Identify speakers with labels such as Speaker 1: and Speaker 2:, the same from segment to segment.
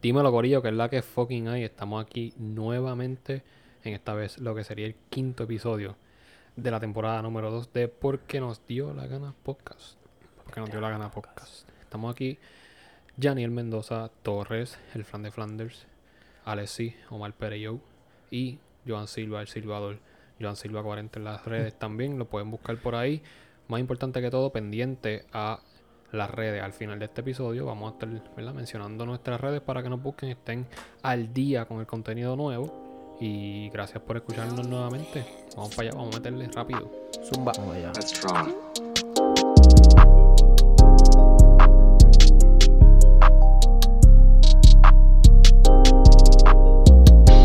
Speaker 1: Dímelo, Corillo, que es la que fucking hay. Estamos aquí nuevamente en esta vez lo que sería el quinto episodio de la temporada número 2 de Porque nos dio la gana podcast. Porque nos dio la gana podcast. Estamos aquí Janiel Mendoza Torres, el Fran de Flanders, Alessi, Omar Pereyou y Joan Silva, el Silvador. Joan Silva 40 en las redes también, lo pueden buscar por ahí. Más importante que todo, pendiente a las redes. Al final de este episodio vamos a estar ¿verdad? mencionando nuestras redes para que nos busquen, estén al día con el contenido nuevo. Y gracias por escucharnos nuevamente. Vamos para allá, vamos a meterle rápido.
Speaker 2: Zumba.
Speaker 3: That's strong.
Speaker 2: Ah,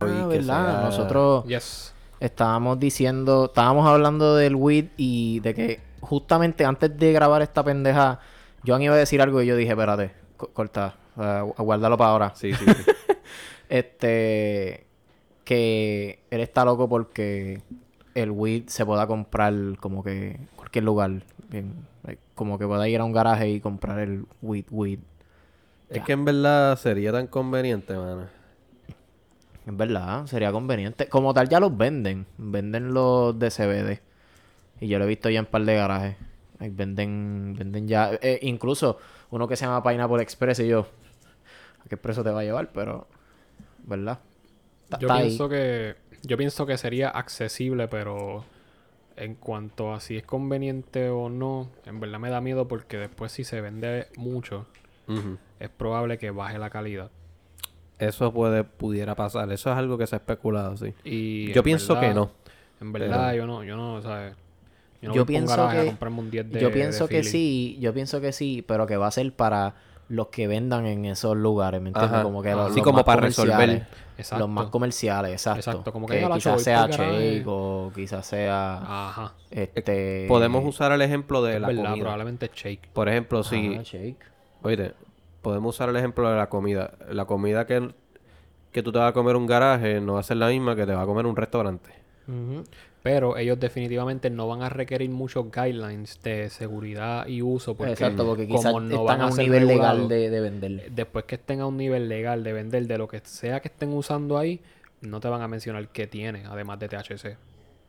Speaker 4: Hoy que
Speaker 2: Ah, ¿verdad?
Speaker 4: sea-
Speaker 2: Nosotros
Speaker 1: Yes.
Speaker 2: estábamos diciendo, estábamos hablando del weed y de que justamente antes de grabar esta pendeja, Joan iba a decir algo y yo dije, espérate, co- corta, eh, gu- guárdalo para ahora.
Speaker 4: Sí, sí, sí.
Speaker 2: Este, que él está loco porque el weed se pueda comprar como que en cualquier lugar. en- like, como que pueda ir a un garaje y comprar el weed, weed.
Speaker 4: es que en verdad sería tan conveniente, mano.
Speaker 2: Es verdad, sería conveniente. Como tal, ya los venden. Venden los de CBD. Y yo lo he visto ya en par de garajes. Ahí Venden, venden ya. eh, incluso uno que se llama Pineapple Express y yo. ¿A qué expreso te va a llevar? Pero. ¿Verdad? Ta-
Speaker 1: Yo
Speaker 2: está ahí.
Speaker 1: pienso que yo pienso que sería accesible, pero en cuanto a si es conveniente o no, en verdad me da miedo porque después si se vende mucho,
Speaker 4: Ujú.
Speaker 1: es probable que baje la calidad.
Speaker 4: Eso puede, pudiera pasar. Eso es algo que se ha especulado, sí.
Speaker 1: Y
Speaker 4: Yo
Speaker 1: en
Speaker 4: pienso
Speaker 1: verdad-
Speaker 4: que no.
Speaker 1: En verdad yo no, yo no, ¿sabes? Yo, no
Speaker 2: Yo
Speaker 1: voy pa un
Speaker 2: pienso
Speaker 1: garaje a
Speaker 2: que-
Speaker 1: comprarme un 10 de-
Speaker 2: yo
Speaker 1: de
Speaker 2: pienso que
Speaker 1: Philly.
Speaker 2: sí, yo pienso que sí, pero que va a ser para los que vendan en esos lugares, ¿me entiendes?
Speaker 4: Ajá.
Speaker 2: Como que
Speaker 4: Ah,
Speaker 2: los,
Speaker 4: sí,
Speaker 2: los
Speaker 4: como
Speaker 2: más
Speaker 4: para
Speaker 2: comerciales,
Speaker 4: resolver.
Speaker 1: Exacto.
Speaker 2: Los más comerciales, exacto.
Speaker 1: Exacto, como que,
Speaker 2: que
Speaker 1: "Mira, Lacho,
Speaker 2: quizás
Speaker 1: voy
Speaker 2: sea
Speaker 1: pa'l garaje".
Speaker 2: Chico, quizás sea...
Speaker 1: Ajá.
Speaker 2: Este...
Speaker 4: Podemos usar el ejemplo de
Speaker 1: Es
Speaker 4: la
Speaker 1: verdad,
Speaker 4: comida.
Speaker 1: probablemente shake.
Speaker 4: Por ejemplo,
Speaker 2: Ajá,
Speaker 4: si...
Speaker 2: shake.
Speaker 4: Oye, podemos usar el ejemplo de la comida. La comida que, que tú te vas a comer en un garaje no va a ser la misma que te va a comer en un restaurante.
Speaker 1: Pero ellos definitivamente no van a requerir muchos guidelines de seguridad y uso porque
Speaker 2: Exacto, porque quizás
Speaker 1: como no
Speaker 2: están
Speaker 1: van
Speaker 2: a
Speaker 1: a
Speaker 2: un
Speaker 1: ser
Speaker 2: nivel legal
Speaker 1: regulados,
Speaker 2: de, de vender.
Speaker 1: después que estén a un nivel legal de vender de lo que sea que estén usando ahí, no te van a mencionar qué tiene, además de THC.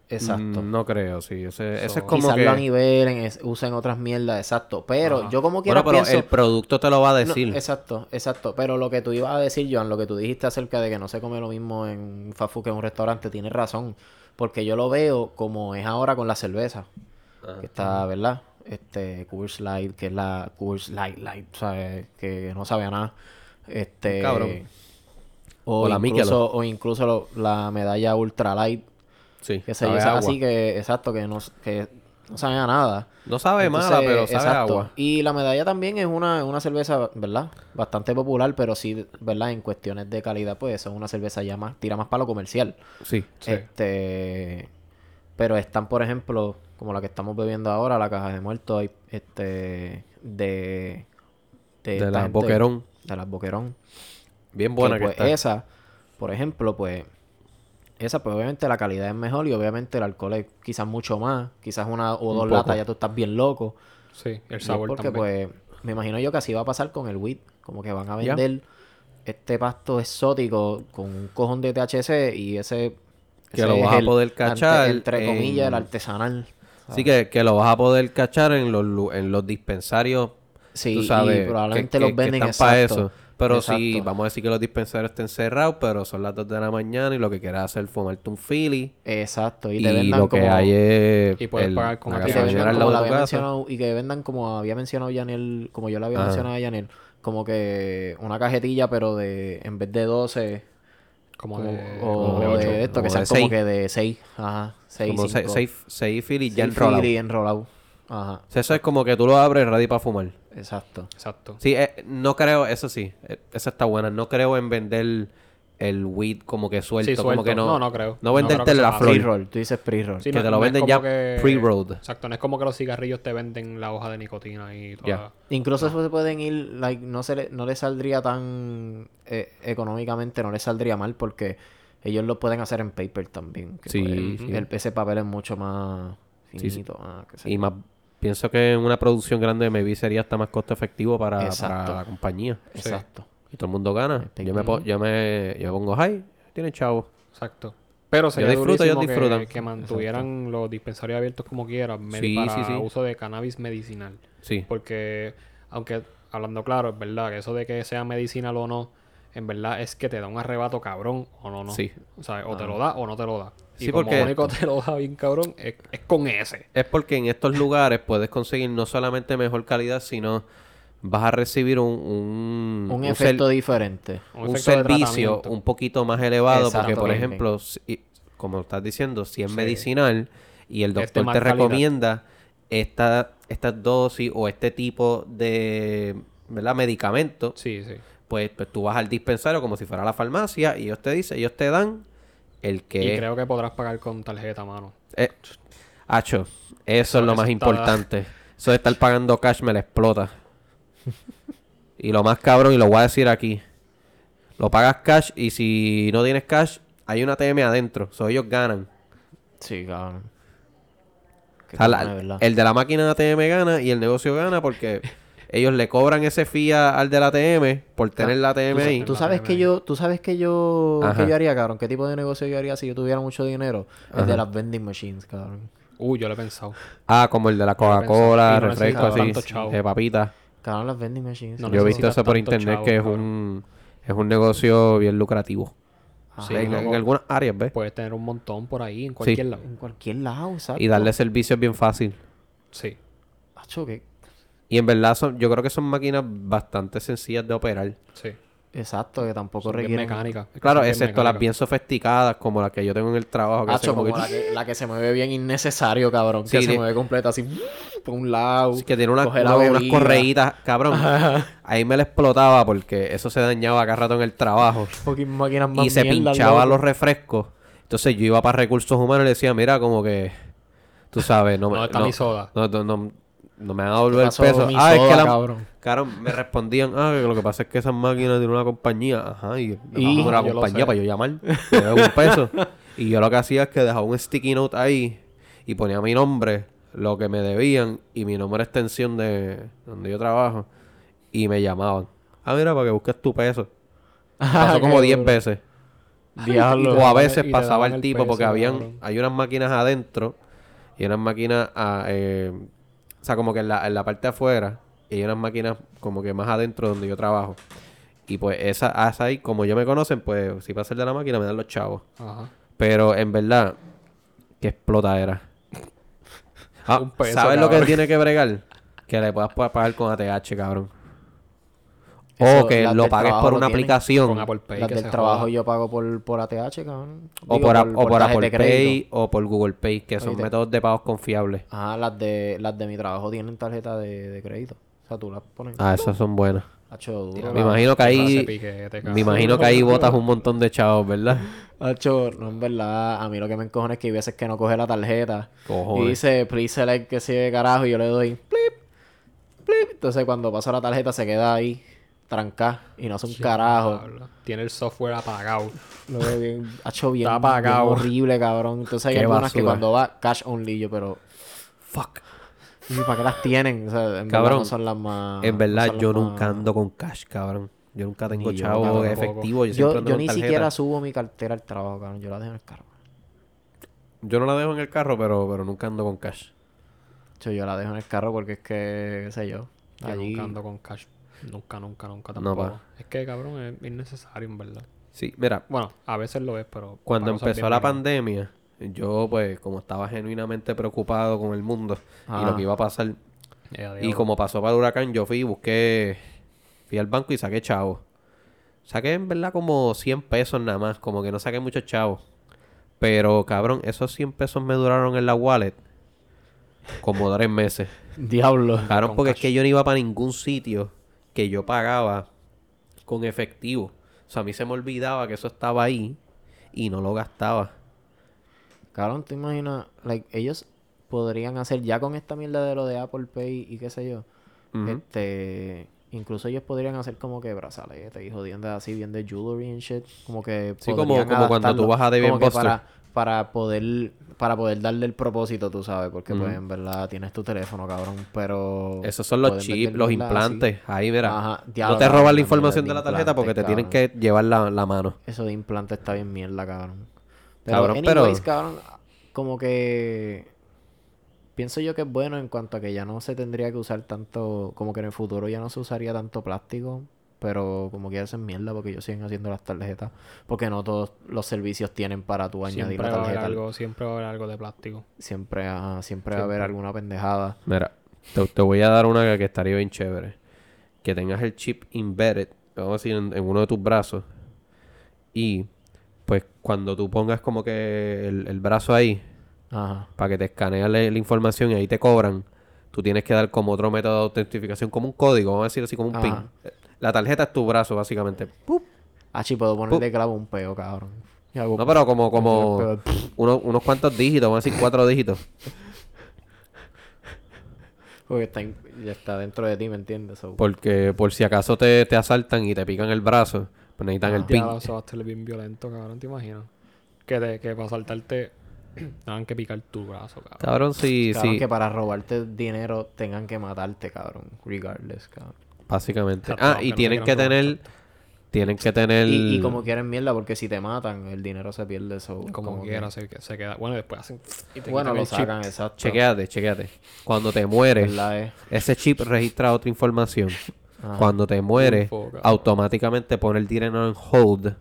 Speaker 2: Exacto.
Speaker 4: Mm, No creo, sí. Ese, ese es
Speaker 1: So-
Speaker 4: como
Speaker 2: quizás
Speaker 4: que...
Speaker 2: lo anivelen, es- usen otras mierdas, exacto. Pero
Speaker 1: Ajá.
Speaker 2: yo como quiera
Speaker 4: Bueno, pero
Speaker 2: pienso...
Speaker 4: el producto te lo va a
Speaker 2: No,
Speaker 4: decir.
Speaker 2: exacto, exacto. Pero lo que tú ibas a decir, Joan, lo que tú dijiste acerca de que no se come lo mismo en un fast food que en un restaurante, tienes razón. Porque yo lo veo como es ahora con la cerveza.
Speaker 4: Ajá.
Speaker 2: Que está, ¿verdad? Este, Coors Light, que es la Coors Light Light, ¿sabes? Que no sabe a nada. Este...
Speaker 4: Cabrón.
Speaker 2: O,
Speaker 4: O la
Speaker 2: incluso,
Speaker 4: Michelob.
Speaker 2: o incluso lo- la medalla Ultra Light.
Speaker 4: Sí,
Speaker 2: Que se
Speaker 4: sabe agua.
Speaker 2: así que, exacto, que no, que no sabe a nada.
Speaker 4: No sabe
Speaker 2: Entonces,
Speaker 4: mala, pero sabe
Speaker 2: exacto.
Speaker 4: agua.
Speaker 2: Y la medalla también es una, una cerveza, ¿verdad? Bastante popular, pero sí, ¿verdad? En cuestiones de calidad, pues eso es una cerveza ya más, tira más para lo comercial.
Speaker 4: Sí.
Speaker 1: Sí.
Speaker 2: Eh, Este, pero están, por ejemplo, como la que estamos bebiendo ahora, la caja de muertos, hay, este, de...
Speaker 4: De
Speaker 2: esta
Speaker 4: la
Speaker 2: gente-
Speaker 4: Boquerón.
Speaker 2: De las Boquerón.
Speaker 4: Bien
Speaker 2: Que,
Speaker 4: buena que,
Speaker 2: pues,
Speaker 4: está.
Speaker 2: Esa, por ejemplo, pues... Esa, pues obviamente la calidad es mejor y obviamente el alcohol es quizás mucho más. Quizás una o dos
Speaker 4: poco.
Speaker 2: latas ya tú estás bien loco.
Speaker 1: Sí, el
Speaker 2: Y es
Speaker 1: sabor
Speaker 2: porque,
Speaker 1: también.
Speaker 2: pues, me imagino yo que así va a pasar con el weed. Como que van a
Speaker 4: Ya.
Speaker 2: vender este pasto exótico con un cojón de THC y ese...
Speaker 4: Que
Speaker 2: ese
Speaker 4: lo
Speaker 2: es
Speaker 4: vas a
Speaker 2: el-
Speaker 4: poder
Speaker 2: ante-
Speaker 4: cachar
Speaker 2: Entre comillas,
Speaker 4: en-
Speaker 2: el artesanal.
Speaker 4: Así que, que lo vas a poder cachar en los, lu- en los dispensarios.
Speaker 2: Sí,
Speaker 4: tú sabes,
Speaker 2: y probablemente
Speaker 4: que-
Speaker 2: los
Speaker 4: que- que
Speaker 2: venden
Speaker 4: están pa'
Speaker 2: exacto.
Speaker 4: eso. Pero si
Speaker 2: Exacto.
Speaker 4: vamos a decir que los dispensarios estén cerrados, pero son las 2 de la mañana y lo que quieras hacer es fumarte un Philly.
Speaker 2: Exacto, y
Speaker 4: Y,
Speaker 2: te vendan
Speaker 4: lo que
Speaker 2: como...
Speaker 4: hay es.
Speaker 1: Y puedes pagar con
Speaker 4: la
Speaker 1: una
Speaker 2: y que
Speaker 1: gasolinera
Speaker 4: gasolinera
Speaker 2: vendan
Speaker 4: al
Speaker 2: como
Speaker 4: lado
Speaker 2: la
Speaker 4: de tu
Speaker 2: había
Speaker 4: casa.
Speaker 2: mencionado- y que vendan como había mencionado Yanel, como yo la había
Speaker 4: Ajá.
Speaker 2: mencionado a Yanel, como que una cajetilla, pero de en vez de 12
Speaker 1: como
Speaker 2: como-
Speaker 1: de,
Speaker 2: o,
Speaker 1: como de
Speaker 2: de, este.
Speaker 1: ocho.
Speaker 2: esto,
Speaker 4: o
Speaker 2: que
Speaker 4: de
Speaker 2: sean como
Speaker 4: seis.
Speaker 2: que de 6, ajá, 6,
Speaker 4: Como
Speaker 2: 5,
Speaker 4: seis, seis, seis Philly ya
Speaker 2: Sí,
Speaker 4: enrolados.
Speaker 2: fili enrolado. Ajá,
Speaker 4: O sea, Eso es como que tú lo abres ready para fumar.
Speaker 2: exacto.
Speaker 1: Exacto.
Speaker 4: Sí, eh, no creo, eso sí, eh, esa está buena. No creo en vender el weed como que suelto,
Speaker 1: Sí,
Speaker 4: como
Speaker 1: suelto.
Speaker 4: que no.
Speaker 1: No, no creo.
Speaker 4: No
Speaker 1: No creo
Speaker 4: venderte
Speaker 1: que
Speaker 4: la
Speaker 1: sea
Speaker 4: flor.
Speaker 2: Pre-roll, tú dices pre-roll.
Speaker 1: Sí,
Speaker 4: que te lo
Speaker 1: es
Speaker 4: venden
Speaker 1: como
Speaker 4: ya
Speaker 1: que-
Speaker 4: pre-rolled.
Speaker 1: Exacto, no es como que los cigarrillos te venden la hoja de nicotina y toda.
Speaker 4: Ya.
Speaker 2: Incluso se pueden ir, like, no se le, no les saldría tan eh, económicamente, no les saldría mal porque ellos lo pueden hacer en paper también. que,
Speaker 4: Sí,
Speaker 2: pues, el,
Speaker 4: sí.
Speaker 2: ese papel es mucho más
Speaker 4: Sí, sí.
Speaker 2: finito. ah, qué sé
Speaker 4: Y
Speaker 2: yo.
Speaker 4: más, pienso que en una producción grande maybe sería hasta más costo efectivo para,
Speaker 2: Exacto.
Speaker 4: para la compañía.
Speaker 2: Exacto.
Speaker 4: Y todo el mundo gana.
Speaker 2: Este-
Speaker 4: Yo me, po- yo me, yo me pongo high, tiene chavo.
Speaker 1: Exacto. Pero sería
Speaker 4: disfruto, ellos
Speaker 1: durísimo que-
Speaker 4: disfrutan.
Speaker 1: que, mantuvieran los dispensarios abiertos como quieran med-
Speaker 4: Sí,
Speaker 1: para
Speaker 4: sí, sí.
Speaker 1: uso de cannabis medicinal.
Speaker 4: Sí.
Speaker 1: Porque, aunque hablando claro, es verdad que eso de que sea medicinal o no, en verdad es que te da un arrebato cabrón o no, no.
Speaker 4: Sí. Ah.
Speaker 1: O, sea, o te lo da o no te lo da. Y
Speaker 4: Sí,
Speaker 1: como
Speaker 4: porque-
Speaker 1: único te lo da bien cabrón es, es con ese.
Speaker 4: Es porque en estos lugares puedes conseguir no solamente mejor calidad, sino vas a recibir un, un,
Speaker 2: Un
Speaker 4: un ser-
Speaker 2: efecto diferente.
Speaker 4: un
Speaker 1: efecto de
Speaker 4: servicio
Speaker 1: tratamiento.
Speaker 4: un poquito más elevado, porque por
Speaker 2: Exactamente.
Speaker 4: ejemplo, si- como estás diciendo, si es medicinal y el
Speaker 1: de
Speaker 4: doctor
Speaker 1: Este más
Speaker 4: te
Speaker 1: calidad.
Speaker 4: recomienda esta, esta dosis o este tipo de ¿verdad? medicamento,
Speaker 1: Sí, sí.
Speaker 4: pues, pues tú vas al dispensario como si fuera a la farmacia y ellos te dicen, ellos te dan el
Speaker 1: Y
Speaker 4: que...
Speaker 1: creo que podrás pagar con tarjeta, mano.
Speaker 4: Eh, Acho, eso es lo
Speaker 1: eso
Speaker 4: más
Speaker 1: está-
Speaker 4: importante. Eso de estar pagando cash me la explota. y lo más cabrón, y lo voy a decir aquí. Lo pagas cash y si no tienes cash, hay una TM adentro. So ellos ganan.
Speaker 2: Sí, cabrón. Qué
Speaker 4: O sea, la-
Speaker 2: cabrón, de verdad.
Speaker 4: el de la máquina de ATM gana y el negocio gana porque ellos le cobran ese fía al de la ATM por tener la ATM ahí.
Speaker 2: Tú
Speaker 1: la
Speaker 2: sabes que
Speaker 1: PMI.
Speaker 2: yo, tú sabes que yo,
Speaker 4: Ajá.
Speaker 2: que yo haría, cabrón. ¿Qué tipo de negocio yo haría si yo tuviera mucho dinero? El
Speaker 4: Ajá.
Speaker 2: de las vending machines, cabrón.
Speaker 1: Uy, Uh, yo lo he pensado.
Speaker 4: Ah, como el de la
Speaker 1: Y
Speaker 4: Coca-Cola,
Speaker 1: no
Speaker 4: refresco,
Speaker 1: necesitas
Speaker 4: así,
Speaker 1: tanto chavo.
Speaker 4: de papitas.
Speaker 2: Cabrón, las vending machines.
Speaker 1: No
Speaker 4: Yo he
Speaker 2: cabrón.
Speaker 4: visto
Speaker 1: necesitas
Speaker 4: eso por
Speaker 1: tanto
Speaker 4: internet
Speaker 1: chavo,
Speaker 4: que es
Speaker 1: cabrón.
Speaker 4: un, es un negocio bien lucrativo.
Speaker 2: Ajá.
Speaker 1: Ah, Sí,
Speaker 4: en, en
Speaker 1: loco. Pues,
Speaker 4: algunas áreas, ¿ves?
Speaker 1: Puedes tener un montón por ahí, en cualquier lado.
Speaker 2: En cualquier lado, exacto.
Speaker 4: Y darle servicio es bien fácil.
Speaker 1: Sí.
Speaker 2: Acho, que-
Speaker 4: Y en verdad son, yo creo que son máquinas bastante sencillas de operar.
Speaker 1: Sí.
Speaker 2: Exacto, que tampoco
Speaker 1: Bien
Speaker 2: requieren...
Speaker 1: mecánica. Es que
Speaker 4: Claro,
Speaker 1: son bien
Speaker 4: excepto las
Speaker 1: mecánicas. Ah,
Speaker 4: bien sofisticadas, como las que yo tengo en el trabajo. Que
Speaker 2: Acho,
Speaker 4: hacen
Speaker 2: como
Speaker 4: como-
Speaker 2: la que, la que se mueve bien innecesario, cabrón.
Speaker 4: Sí,
Speaker 2: que
Speaker 4: sí.
Speaker 2: se mueve completa así por un lado.
Speaker 4: Sí, que tiene una-
Speaker 2: coge la
Speaker 4: una- unas
Speaker 2: bebida.
Speaker 4: correitas, cabrón. Ahí me la explotaba porque eso se dañaba cada rato en el trabajo.
Speaker 2: Fucking máquinas más
Speaker 4: y se
Speaker 2: mierda,
Speaker 4: pinchaba
Speaker 2: loco.
Speaker 4: los refrescos. Entonces yo iba para recursos humanos y le decía, mira, como que, tú sabes, no me,
Speaker 1: ¿Dónde está mi soda?
Speaker 4: No, no, no, no me han dado el
Speaker 2: pasó
Speaker 4: peso.
Speaker 2: mi
Speaker 4: Ah, es
Speaker 2: soda,
Speaker 4: que la-
Speaker 2: cabrón?
Speaker 4: Cabrón, me respondían, ah, que lo que pasa es que esas máquinas tienen una compañía. Ajá, y,
Speaker 2: Y-
Speaker 4: una
Speaker 1: Yo lo sé.
Speaker 4: compañía para yo llamar. Me daba un peso. Y yo lo que hacía es que dejaba un sticky note ahí y ponía mi nombre, lo que me debían y mi número de extensión de donde yo trabajo. Y me llamaban. Ah, mira, para que busques tu peso. Pasó como 10 veces.
Speaker 2: Diablo.
Speaker 4: O a
Speaker 1: Y
Speaker 4: veces
Speaker 1: te
Speaker 4: pasaba
Speaker 1: daban
Speaker 4: el
Speaker 1: el
Speaker 4: tipo
Speaker 1: peso,
Speaker 4: porque habían
Speaker 1: cabrón.
Speaker 4: hay unas máquinas adentro y unas máquinas a, eh, o sea, como que en la, en la parte de afuera y hay unas máquinas como que más adentro donde yo trabajo. Y pues esas esas ahí, como ya me conocen, pues si pasa el de la máquina me dan los chavos.
Speaker 1: Ajá.
Speaker 4: Pero en verdad, qué explotadera. Ah,
Speaker 1: Un peso,
Speaker 4: ¿Sabes lo que
Speaker 1: cabrón.
Speaker 4: tiene que bregar? Que le puedas pa- pagar con ATH, cabrón.
Speaker 2: Eso,
Speaker 4: o que
Speaker 2: las
Speaker 4: lo
Speaker 2: del
Speaker 4: pagues
Speaker 2: trabajo
Speaker 4: por
Speaker 2: lo
Speaker 4: una
Speaker 2: tienen.
Speaker 4: aplicación.
Speaker 1: Con Apple Pay. Pues,
Speaker 2: Las
Speaker 1: que
Speaker 2: del
Speaker 1: se
Speaker 2: trabajo
Speaker 1: joda.
Speaker 2: yo pago por, por ATH, cabrón.
Speaker 4: O
Speaker 2: Digo,
Speaker 4: por, Ap- o por
Speaker 2: tarjeta
Speaker 4: Apple
Speaker 2: de crédito.
Speaker 4: Pay o por Google Pay, que son
Speaker 2: Oíste.
Speaker 4: métodos de pagos confiables.
Speaker 2: Ajá, las de, las de mi trabajo tienen tarjeta de, de crédito. O sea, tú las pones.
Speaker 4: Ah, esas son buenas.
Speaker 2: Hacho duro.
Speaker 4: Me imagino que
Speaker 1: Clase
Speaker 4: ahí.
Speaker 1: piquete, cabrón.
Speaker 4: Me imagino que ahí botas un montón de chavos, ¿verdad?
Speaker 2: Hacho, no en verdad. A mí lo que me encojona es que hay veces que no coge la tarjeta.
Speaker 4: Cojones.
Speaker 2: Y dice, please select que sigue carajo. Y yo le doy, plip, plip. Entonces cuando pasa la tarjeta se queda ahí, trancada. Y no hace un carajo.
Speaker 1: Diablo. Tiene el software apagado.
Speaker 2: Lo veo bien, hacho bien,
Speaker 1: Está apagado.
Speaker 2: bien horrible, cabrón. Entonces hay
Speaker 4: Qué
Speaker 2: algunas que
Speaker 4: basura.
Speaker 2: cuando va cash only, yo, pero.
Speaker 4: Fuck.
Speaker 2: ¿y ¿Para qué las tienen? O sea, en
Speaker 4: Cabrón,
Speaker 2: verdad no son las más.
Speaker 4: En verdad,
Speaker 2: no son
Speaker 4: yo
Speaker 2: las
Speaker 4: nunca
Speaker 2: más-
Speaker 4: ando con cash, cabrón. Yo nunca tengo
Speaker 2: Ni yo,
Speaker 4: chavos
Speaker 2: tampoco.
Speaker 4: efectivos. Yo, siempre
Speaker 2: Yo,
Speaker 4: ando
Speaker 2: yo
Speaker 4: con
Speaker 2: ni
Speaker 4: tarjeta.
Speaker 2: siquiera subo mi cartera al trabajo, cabrón. Yo la dejo en el carro.
Speaker 4: Yo no la dejo en el carro, pero, pero nunca ando con cash.
Speaker 2: Yo, yo la dejo en el carro porque es que, qué sé yo.
Speaker 1: Yo
Speaker 2: Allí...
Speaker 1: nunca ando con cash. Nunca, nunca, nunca
Speaker 4: No,
Speaker 1: tampoco.
Speaker 4: pa.
Speaker 1: es que, cabrón, es innecesario, en verdad.
Speaker 4: Sí, mira,
Speaker 1: Bueno, a veces lo es, pero...
Speaker 4: cuando
Speaker 1: para cosas
Speaker 4: empezó
Speaker 1: bien
Speaker 4: la
Speaker 1: mínimas.
Speaker 4: pandemia, yo, pues, como estaba genuinamente preocupado con el mundo y
Speaker 2: Ah.
Speaker 4: lo que iba a pasar,
Speaker 1: Eh, adiós.
Speaker 4: Y como pasó para el huracán, yo fui y busqué. Fui al banco y saqué chavos. Saqué en verdad como 100 pesos nada más. Como que no saqué muchos chavos. Pero cabrón, esos 100 pesos me duraron en la wallet como tres meses.
Speaker 2: Diablo.
Speaker 4: Cabrón,
Speaker 1: Con
Speaker 4: porque es
Speaker 1: cash.
Speaker 4: que yo no iba para ningún sitio que yo pagaba con efectivo. O sea, a mí se me olvidaba que eso estaba ahí y no lo gastaba.
Speaker 2: Cabrón, te imaginas, like, ellos podrían hacer ya con esta mierda de lo de Apple Pay y qué sé yo.
Speaker 4: Ujú.
Speaker 2: Este, incluso ellos podrían hacer como que brazaletes y jodiendo así, bien de jewelry and shit, como que
Speaker 4: Sí, como-
Speaker 2: podrían
Speaker 4: como cuando tú
Speaker 2: adaptarlo.
Speaker 4: vas a Dave
Speaker 2: Como
Speaker 4: and
Speaker 2: que
Speaker 4: Buster's.
Speaker 2: para, para poder para poder darle el propósito, tú sabes, porque
Speaker 4: Ujú.
Speaker 2: pues en verdad tienes tu teléfono, cabrón, pero
Speaker 4: Esos son los
Speaker 2: pueden
Speaker 4: chips,
Speaker 2: vender
Speaker 4: los
Speaker 2: mierda
Speaker 4: implantes. Ahí, mira.
Speaker 2: Ajá,
Speaker 4: no
Speaker 2: diablo,
Speaker 4: te
Speaker 2: cabrón,
Speaker 4: roban
Speaker 2: la
Speaker 4: la información de
Speaker 2: mierda
Speaker 4: la
Speaker 2: de
Speaker 4: tarjeta porque te tienen
Speaker 2: implantes,
Speaker 4: que llevar la, la mano.
Speaker 2: así. Eso de implante está bien mierda, cabrón. Pero
Speaker 4: Cabrón, pero-
Speaker 2: anyways, cabrón, como que pienso yo que es bueno en cuanto a que ya no se tendría que usar tanto, como que en el futuro ya no se usaría tanto plástico. Pero como que hacen mierda porque ellos siguen haciendo las tarjetas. Porque no todos los servicios tienen para tú añadir
Speaker 1: Siempre
Speaker 2: la
Speaker 1: va, a haber
Speaker 2: tarjeta.
Speaker 1: algo, siempre va a haber algo de plástico.
Speaker 2: Siempre, ajá, siempre va a haber alguna pendejada.
Speaker 4: Mira, te, te voy a dar una que estaría bien chévere. Que tengas el chip embedded, vamos a decir, en, en uno de tus brazos. Y pues cuando tú pongas como que el, el brazo ahí,
Speaker 2: Ajá.
Speaker 4: para que te escaneen la, la información y ahí te cobran, tú tienes que dar como otro método de autentificación, como un código, vamos a decir así como un
Speaker 2: Ajá.
Speaker 4: pin. La tarjeta es tu brazo, básicamente. ¡Pup!
Speaker 2: Ah, sí, puedo ponerle clavo un peo, cabrón. Y hago-
Speaker 4: No, pero como,
Speaker 2: Pero-
Speaker 4: como unos, unos cuantos dígitos, vamos a decir cuatro dígitos.
Speaker 2: Porque está, in- ya está dentro de ti, ¿me entiendes? So,
Speaker 4: Porque por si acaso te, te asaltan y te pican el brazo, pues necesitan
Speaker 2: Ah,
Speaker 4: el pin.
Speaker 1: Ya, eso va a ser bien violento, cabrón, te imaginas. Que, te, que para saltarte tengan que picar tu brazo, cabrón.
Speaker 4: Cabrón, sí,
Speaker 2: cabrón,
Speaker 4: sí.
Speaker 2: que para robarte dinero tengan que matarte, cabrón. Regardless, cabrón.
Speaker 4: Básicamente.
Speaker 1: Exacto,
Speaker 4: Ah,
Speaker 1: aunque
Speaker 4: y
Speaker 1: no
Speaker 4: tienen que
Speaker 1: tengan que
Speaker 4: tener. Tienen que tener.
Speaker 2: Y, y como quieren mierda, porque si te matan, el dinero se pierde. So,
Speaker 1: Pues Como,
Speaker 2: que-
Speaker 1: quiera, se, que- se queda. Bueno, y después hacen. Y te
Speaker 2: Bueno,
Speaker 1: quitan
Speaker 2: lo
Speaker 1: el chip.
Speaker 2: sacan, exacto.
Speaker 4: Chequéate, chequéate. Cuando te mueres,
Speaker 2: ¿Verdad, Ah. eh?
Speaker 4: ese chip registra otra información.
Speaker 2: Ajá.
Speaker 4: Cuando te mueres,
Speaker 1: Info, cabrón.
Speaker 4: automáticamente pone el dinero en hold.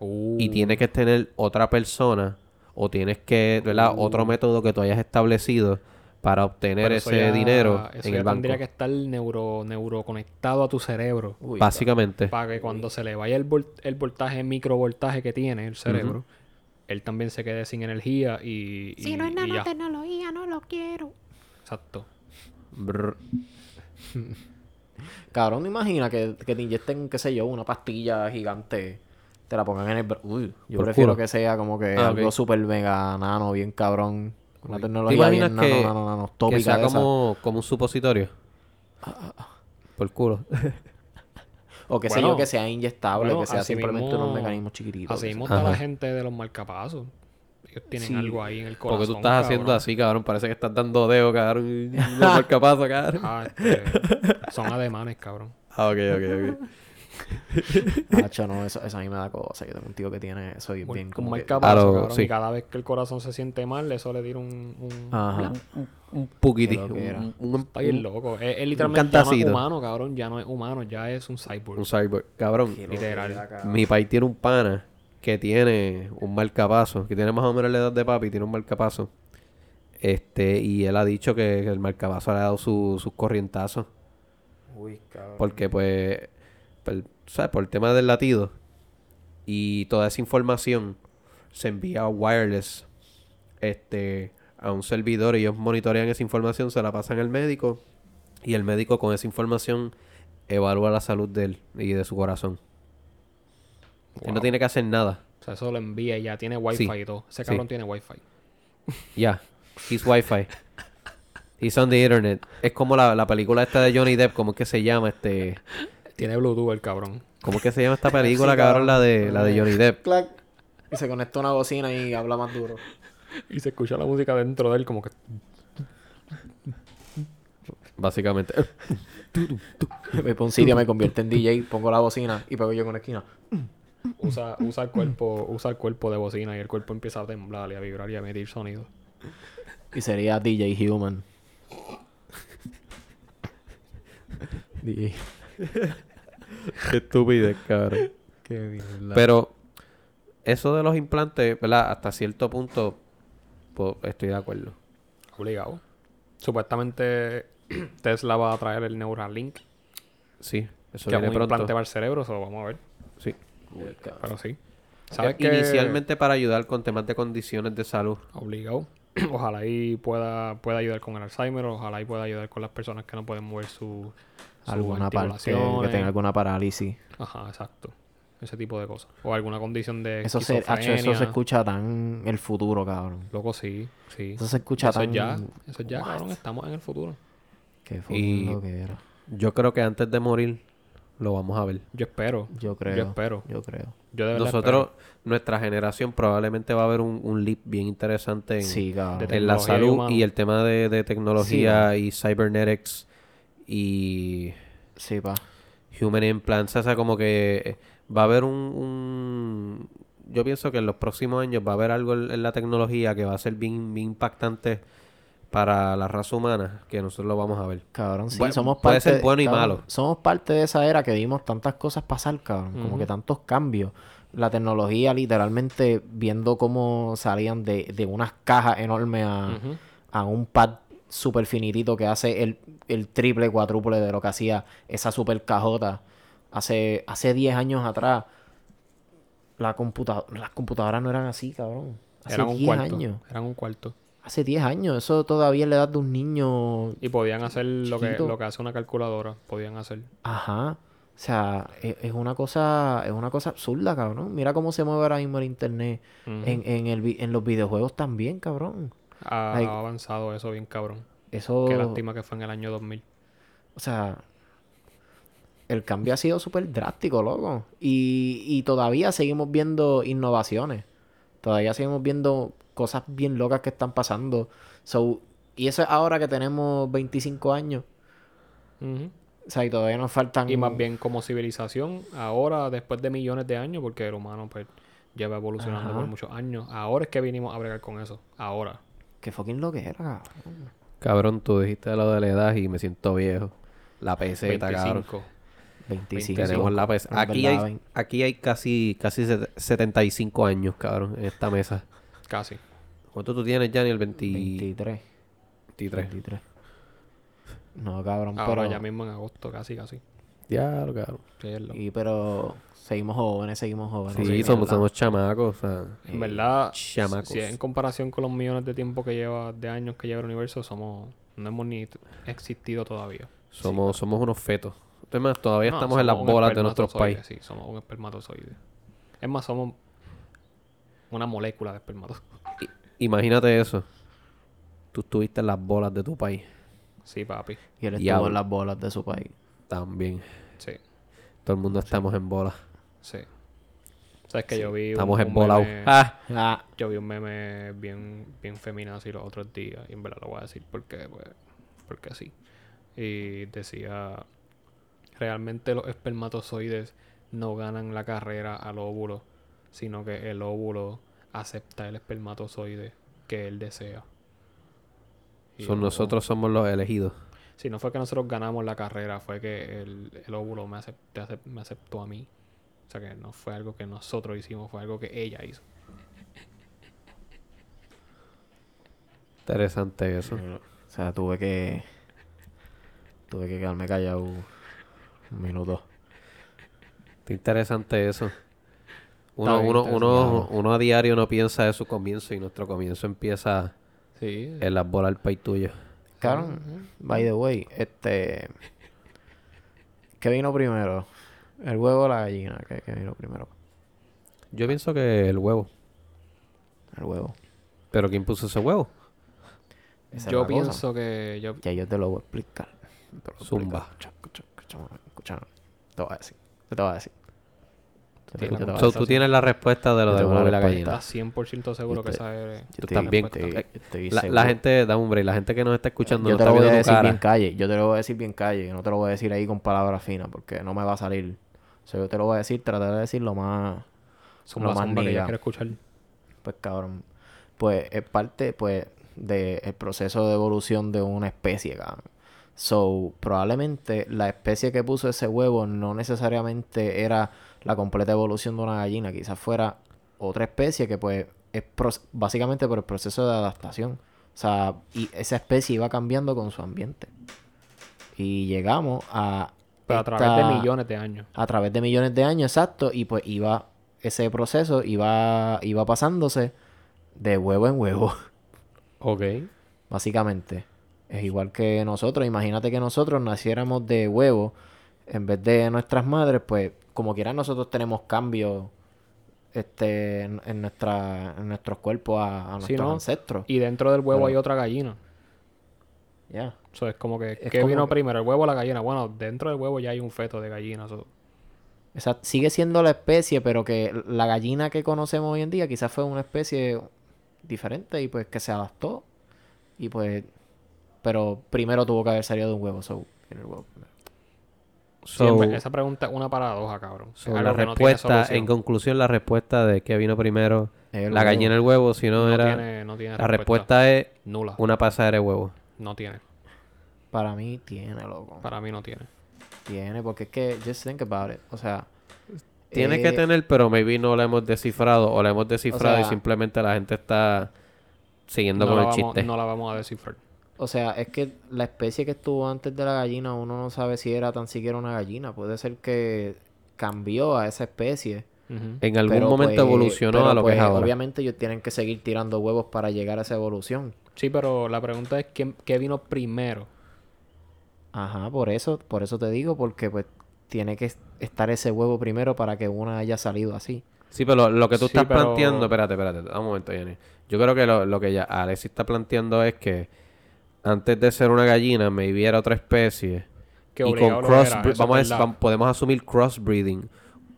Speaker 1: Uh,
Speaker 4: Y tienes que tener otra persona. O tienes que, ¿verdad? Otro método que tú hayas establecido para
Speaker 1: Mm.
Speaker 4: obtener
Speaker 1: pero eso
Speaker 4: ese
Speaker 1: ya-
Speaker 4: dinero
Speaker 1: eso
Speaker 4: en
Speaker 1: ya
Speaker 4: el banco.
Speaker 1: tendría que estar neuro, neuroconectado a tu cerebro.
Speaker 2: Uy,
Speaker 4: Básicamente.
Speaker 1: Para que cuando se le vaya el, vol- el voltaje, el microvoltaje que tiene el cerebro, él también se quede sin energía y. y-
Speaker 3: Si no es
Speaker 1: y ya.
Speaker 3: nanotecnología, no lo quiero.
Speaker 1: Exacto.
Speaker 4: Brr.
Speaker 2: Cabrón, imagina que, que te inyecten, qué sé yo, una pastilla gigante. Te la pongan en el... bra- Uy, yo
Speaker 4: Por
Speaker 2: prefiero
Speaker 4: culo.
Speaker 2: que sea como que
Speaker 4: Ah,
Speaker 2: algo
Speaker 4: ok.
Speaker 2: super mega nano, bien cabrón. Una tecnología
Speaker 4: imaginas
Speaker 2: bien nano,
Speaker 4: que-
Speaker 2: nano, nano,
Speaker 4: Que
Speaker 2: tópica
Speaker 4: sea
Speaker 2: de esa.
Speaker 4: como, como un supositorio. Por culo.
Speaker 2: O que
Speaker 1: Bueno,
Speaker 2: yo, que sea inyectable,
Speaker 1: bueno,
Speaker 2: que sea
Speaker 1: así
Speaker 2: simplemente
Speaker 1: mismo-
Speaker 2: unos mecanismos chiquititos.
Speaker 1: Así
Speaker 2: que sea.
Speaker 1: mismo está la
Speaker 4: Ajá.
Speaker 1: gente de los marcapasos. Ellos tienen
Speaker 2: Sí.
Speaker 1: algo ahí en el corazón.
Speaker 4: Porque tú estás haciendo
Speaker 1: cabrón.
Speaker 4: así, cabrón. Parece que estás dando dedo, cabrón. y No marcapaso, cabrón.
Speaker 1: Ah, este, son alemanes, cabrón.
Speaker 4: Ah, ok, ok, ok.
Speaker 2: Hacho, no, eso, eso a mí me da cosa. Yo tengo un tío que tiene eso y es bien
Speaker 1: Un-
Speaker 2: como
Speaker 1: un
Speaker 2: que-
Speaker 1: marcapaso,
Speaker 4: A lo-
Speaker 1: cabrón.
Speaker 4: sí.
Speaker 1: Y cada vez que el corazón se siente mal, eso le tira un... un...
Speaker 2: Ajá.
Speaker 4: Un puquiti.
Speaker 2: Qué loquera.
Speaker 4: Un, un,
Speaker 1: Está bien
Speaker 4: un-
Speaker 1: loco. Es, es literalmente ya no es
Speaker 4: cantacito.
Speaker 1: humano, cabrón. Ya no es humano, ya es un cyborg.
Speaker 4: un cyborg. Cabrón,
Speaker 1: Literal.
Speaker 4: mi país tiene un pana que tiene un marcapaso. Que tiene más o menos la edad de papi. Tiene un marcapaso. Este, y él ha dicho que que el marcapaso le ha dado su- sus corrientazos.
Speaker 2: Uy, cabrón.
Speaker 4: Porque, pues, por, ¿sabes? Por el tema del latido y toda esa información se envía wireless este, a un servidor. Ellos monitorean esa información, se la pasan al médico y el médico con esa información evalúa la salud de él y de su corazón. Él no
Speaker 1: Wow.
Speaker 4: tiene que hacer nada.
Speaker 1: O sea, eso lo envía y ya tiene wifi
Speaker 4: Sí.
Speaker 1: y todo. Ese
Speaker 4: Sí.
Speaker 1: cabrón tiene wifi.
Speaker 4: Ya. He's Wi-Fi. He's on the internet. Es como la, la película esta de Johnny Depp, ¿cómo es que se llama? Este,
Speaker 1: Tiene Bluetooth el cabrón.
Speaker 4: ¿Cómo es que se llama esta película, cabrón? La de, la de Johnny Depp.
Speaker 2: Clac. Y se conecta una bocina y habla más duro.
Speaker 1: Y se escucha la música dentro de él como que...
Speaker 4: Básicamente.
Speaker 2: Me pongo un sitio, me convierte en DJ, pongo la bocina y pego yo con la esquina.
Speaker 1: Usa, usa el cuerpo usa el cuerpo de bocina y el cuerpo empieza a temblar y a vibrar y a emitir sonido.
Speaker 2: Y sería DJ Human. DJ.
Speaker 4: Qué estupidez, cabrón.
Speaker 2: Qué mierda.
Speaker 4: Pero eso de los implantes, ¿verdad? Hasta cierto punto po- estoy de acuerdo.
Speaker 1: Obligado. Supuestamente Tesla va a traer el Neuralink.
Speaker 4: Sí, eso
Speaker 1: Que es un
Speaker 4: viene pronto.
Speaker 1: implante para el cerebro. Eso lo vamos a ver.
Speaker 4: Sí.
Speaker 2: Uy, cabrón.
Speaker 1: Pero sí. ¿Sabes
Speaker 4: Eh,
Speaker 1: que
Speaker 4: Inicialmente para ayudar con temas de condiciones de salud.
Speaker 1: Obligado. Ojalá y pueda, pueda ayudar con el Alzheimer, ojalá y pueda ayudar con las personas que no pueden mover su, sus
Speaker 2: Alguna parte que
Speaker 1: articulaciones.
Speaker 2: tenga alguna parálisis.
Speaker 1: Ajá, exacto. Ese tipo de cosas. O alguna condición de
Speaker 2: Eso se, hacho, eso se
Speaker 1: esquizofrenia.
Speaker 2: escucha tan el futuro, cabrón.
Speaker 1: Loco, sí, sí.
Speaker 2: Eso se escucha
Speaker 1: Eso
Speaker 2: tan.
Speaker 1: es ya, eso es ya,
Speaker 2: What?
Speaker 1: cabrón, estamos en el futuro.
Speaker 2: Qué
Speaker 4: Y-
Speaker 2: futuro que era.
Speaker 4: Yo creo que antes de morir lo vamos a ver.
Speaker 1: Yo espero.
Speaker 2: Yo creo.
Speaker 1: espero.
Speaker 2: Yo creo.
Speaker 1: Yo de verdad
Speaker 4: Nosotros, nuestra generación, probablemente va a haber un, un leap bien interesante en,
Speaker 2: Sí, cabrón.
Speaker 1: de
Speaker 4: en
Speaker 1: tecnología
Speaker 4: la
Speaker 1: y
Speaker 4: salud
Speaker 1: humano.
Speaker 4: y el tema de, de tecnología y cybernetics y
Speaker 2: Sí, pa.
Speaker 4: human implants. O sea, como que eh, va a haber un, un- Yo pienso que en los próximos años va a haber algo en, en la tecnología que va a ser bien, bien impactante para la raza humana, que nosotros lo vamos a ver.
Speaker 2: Cabrón, sí,
Speaker 4: Bueno,
Speaker 2: somos
Speaker 4: puede
Speaker 2: parte.
Speaker 4: ser bueno y
Speaker 2: cabrón,
Speaker 4: malo.
Speaker 2: Somos parte de esa era que vimos tantas cosas pasar, cabrón. Como
Speaker 1: Ujú.
Speaker 2: que tantos cambios. La tecnología, literalmente, viendo cómo salían de, de unas cajas enormes a,
Speaker 1: espero. Ujú.
Speaker 2: a un pad super finitito que hace el, el triple, cuádruple de lo que hacía esa super cajota hace, hace 10 años atrás. La computa- las computadoras no eran así, cabrón. Hace
Speaker 1: Eran un
Speaker 2: 10
Speaker 1: cuarto.
Speaker 2: años.
Speaker 1: Eran un cuarto.
Speaker 2: Hace 10 años. Eso todavía es la edad de un niño.
Speaker 1: Y podían hacer lo que,
Speaker 2: Chiquito.
Speaker 1: lo que hace una calculadora. Podían hacer.
Speaker 2: Ajá. O sea, e, es, es una cosa, es una cosa absurda, cabrón. Mira cómo se mueve ahora mismo el internet.
Speaker 1: Ujú.
Speaker 2: en, en, el, vi- en los videojuegos también, cabrón.
Speaker 1: Ha,
Speaker 2: Ay.
Speaker 1: ha avanzado eso bien cabrón.
Speaker 2: Eso.
Speaker 1: Qué lástima que fue en el año 2000.
Speaker 2: O sea, el cambio ha sido súper drástico, loco. Y, y todavía seguimos viendo innovaciones. Todavía seguimos viendo cosas bien locas que están pasando. So, y eso es ahora que tenemos 25 años.
Speaker 1: Ujú.
Speaker 2: O sea, y todavía nos faltan...
Speaker 1: Y
Speaker 4: Mm.
Speaker 1: más bien como civilización, ahora, después de millones de años, porque el humano pues lleva evolucionando
Speaker 2: Ajá.
Speaker 1: por muchos años, ahora es que vinimos a bregar con eso. Ahora.
Speaker 2: Qué fucking lo que era, cabrón.
Speaker 4: Cabrón, tú dijiste lo de la edad y me siento viejo. La peseta, cabrón.
Speaker 1: 25.
Speaker 2: 25.
Speaker 4: Tenemos la pes-
Speaker 2: En
Speaker 4: Aquí
Speaker 2: verdad,
Speaker 4: hay,
Speaker 2: ven-
Speaker 4: aquí hay casi, casi set- 75 años, cabrón, en esta mesa.
Speaker 1: Casi.
Speaker 4: ¿Cuánto tú tienes, Jani? El 20
Speaker 2: 23.
Speaker 4: 23.
Speaker 2: 23. No, cabrón,
Speaker 1: Ahora
Speaker 2: pero...
Speaker 1: Ah, ya mismo en agosto, casi, casi.
Speaker 4: Ya, lo cabrón.
Speaker 1: Sí, es lo-
Speaker 2: Y pero seguimos jóvenes, seguimos jóvenes.
Speaker 4: Sí,
Speaker 2: seguimos
Speaker 4: somos,
Speaker 2: hablando.
Speaker 4: somos chamacos, o sea.
Speaker 1: En verdad,
Speaker 4: eh, chamacos.
Speaker 1: si es en comparación con los millones de tiempo que lleva, de años que lleva el universo, somos, no hemos ni t- existido todavía.
Speaker 4: Somos, somos unos fetos. Es más, todavía
Speaker 1: No,
Speaker 4: estamos en las
Speaker 1: somos un
Speaker 4: bolas de nuestros
Speaker 1: espermatozoide,
Speaker 4: países.
Speaker 1: Sí, somos un espermatozoide. Es más, somos una molécula de espermatozoide.
Speaker 4: Imagínate eso. Tú estuviste en las bolas de tu país.
Speaker 1: Sí, papi.
Speaker 2: Y él estuvo
Speaker 4: Diablo.
Speaker 2: en las bolas de su país.
Speaker 4: También.
Speaker 1: Sí,
Speaker 4: Todo el mundo estamos en bolas.
Speaker 1: sí. Sabes que yo vi
Speaker 4: Estamos en
Speaker 1: bola
Speaker 4: Ah,
Speaker 2: Ah,
Speaker 1: Yo vi un meme bien, bien feminazi los otros días, y en verdad lo voy a decir porque, pues, porque sí. Y decía, realmente los espermatozoides no ganan la carrera al óvulo, sino que el óvulo acepta el espermatozoide que él desea. Y yo
Speaker 4: son
Speaker 1: como-
Speaker 4: nosotros somos los elegidos.
Speaker 1: Si no fue que nosotros ganamos la carrera, fue que el, el óvulo me, acep- te acep- me aceptó a mí. O sea que no fue algo que nosotros hicimos, fue algo que ella hizo.
Speaker 4: Interesante eso.
Speaker 2: o sea, tuve que. Tuve que quedarme callado un minuto.
Speaker 4: Está interesante eso. Uno,
Speaker 1: bien
Speaker 4: uno, uno,
Speaker 2: interesante.
Speaker 4: uno a diario no piensa de su comienzo y nuestro comienzo empieza
Speaker 1: Sí,
Speaker 4: en las bolas del país tuyo.
Speaker 2: Cabrón, by the way, este. ¿Qué vino primero? ¿El huevo o la gallina? ¿Qué, qué vino primero?
Speaker 4: Yo pienso que el huevo.
Speaker 2: El huevo.
Speaker 4: ¿Pero quién puso ese huevo?
Speaker 2: Esa es
Speaker 1: yo
Speaker 2: la cosa.
Speaker 1: pienso que yo
Speaker 2: Ya yo te lo voy a explicar. Te lo voy a
Speaker 4: Zumba.
Speaker 2: explicar. Chac, chac, chac, Escúchame. Te voy a decir. Te voy a decir. Yo te-
Speaker 1: Sí, la
Speaker 2: yo te voy a
Speaker 4: So,
Speaker 2: decir.
Speaker 4: tú tienes la respuesta de lo
Speaker 2: Yo
Speaker 4: del
Speaker 2: tengo
Speaker 4: huevo y
Speaker 2: la
Speaker 4: la
Speaker 2: respuesta.
Speaker 4: gallina.
Speaker 1: estás 100% seguro que
Speaker 2: Yo te-
Speaker 1: sabes.
Speaker 2: Yo
Speaker 4: Tú
Speaker 2: estoy-
Speaker 4: también.
Speaker 2: estoy-
Speaker 4: Eh,
Speaker 2: estoy
Speaker 4: La, la
Speaker 2: seguro.
Speaker 4: gente, da hombre, y la gente que nos está escuchando
Speaker 2: Yo
Speaker 4: no
Speaker 2: te
Speaker 4: está
Speaker 2: lo voy a
Speaker 4: viendo tu
Speaker 2: decir bien
Speaker 4: cara.
Speaker 2: calle. Yo te lo voy a decir bien calle. No te lo voy a decir ahí con palabras finas porque no me va a salir. O sea, yo te lo voy a decir, tratar de decir lo más.
Speaker 1: Zumba,
Speaker 2: lo más
Speaker 1: zumba, que yo
Speaker 2: nigga.
Speaker 1: quiero escuchar.
Speaker 2: Pues cabrón. Pues es parte, pues, del proceso de evolución de una especie, cabrón. So, probablemente la especie que puso ese huevo no necesariamente era la completa evolución de una gallina. Quizás fuera otra especie que, pues, es pro- básicamente por el proceso de adaptación. O sea, y esa especie iba cambiando con su ambiente. Y llegamos a.
Speaker 1: Pero a través
Speaker 2: esta-
Speaker 1: de millones de años.
Speaker 2: a través de millones de años, exacto, y pues iba ese proceso iba iba pasándose de huevo en huevo,
Speaker 1: Ok.
Speaker 2: básicamente. Es igual que nosotros, imagínate que nosotros naciéramos de huevo en vez de nuestras madres, pues como quiera nosotros tenemos cambios este en, en nuestra en nuestros cuerpos a, a nuestros
Speaker 1: ¿no?
Speaker 2: ancestros.
Speaker 1: Y dentro del huevo
Speaker 2: Pero-
Speaker 1: hay otra gallina.
Speaker 2: Yeah.
Speaker 1: So, es como que,
Speaker 2: Es
Speaker 1: ¿qué
Speaker 2: como
Speaker 1: vino
Speaker 2: que-
Speaker 1: primero, el huevo o la gallina? Bueno, dentro del huevo ya hay un feto de gallina. so,
Speaker 2: Esa sigue siendo la especie, pero que la gallina que conocemos hoy en día quizás fue una especie diferente y pues que se adaptó. Y pues... Pero primero tuvo que haber salido de un huevo, so... en el huevo primero.
Speaker 1: sí, en
Speaker 4: So-
Speaker 1: ver- esa pregunta es una paradoja, cabrón. Es
Speaker 4: So,
Speaker 1: algo
Speaker 4: la
Speaker 1: que no tiene
Speaker 4: respuesta, en
Speaker 1: solución.
Speaker 4: conclusión, la respuesta de qué vino primero,
Speaker 2: El
Speaker 4: la
Speaker 2: huevo.
Speaker 4: gallina el huevo, si no,
Speaker 1: no,
Speaker 4: era.
Speaker 1: tiene, no tiene
Speaker 4: la respuesta es
Speaker 1: Nula.
Speaker 4: una pasadera de huevo.
Speaker 1: No tiene.
Speaker 2: Para mí tiene, loco.
Speaker 1: Para mí no tiene.
Speaker 2: Tiene, porque es que... Just think about it. O sea...
Speaker 4: Tiene que
Speaker 2: eh,
Speaker 4: tener, pero maybe no la hemos descifrado o la hemos descifrado y
Speaker 2: sea-
Speaker 4: simplemente la gente está siguiendo
Speaker 1: No
Speaker 4: con
Speaker 1: la,
Speaker 4: el
Speaker 1: vamos,
Speaker 4: chiste.
Speaker 1: no la vamos a descifrar.
Speaker 2: O sea, es que la especie que estuvo antes de la gallina, uno no sabe si era tan siquiera una gallina. Puede ser que cambió a esa especie.
Speaker 1: Ujú.
Speaker 4: En algún
Speaker 2: pero,
Speaker 4: momento
Speaker 2: pues,
Speaker 4: evolucionó
Speaker 2: pero,
Speaker 4: a lo
Speaker 2: pues,
Speaker 4: que es ahora.
Speaker 2: Obviamente ellos tienen que seguir tirando huevos para llegar a esa evolución.
Speaker 1: Sí, pero la pregunta es ¿quién, qué vino primero.
Speaker 2: Ajá, por eso, por eso te digo, porque pues tiene que es- estar ese huevo primero para que una haya salido así.
Speaker 4: Sí, pero lo, lo que
Speaker 1: Sí,
Speaker 4: tú estás
Speaker 1: pero-
Speaker 4: planteando, espérate, espérate, da un momento, Jenny. Yo creo que lo, lo que ya Alexis está planteando es que antes de ser una gallina, maybe era otra especie.
Speaker 1: Que
Speaker 4: y
Speaker 1: obligado
Speaker 4: con
Speaker 1: lo era,
Speaker 4: crossbreed,
Speaker 1: eso es
Speaker 4: vamos a-
Speaker 1: verdad.
Speaker 4: vam- podemos asumir crossbreeding.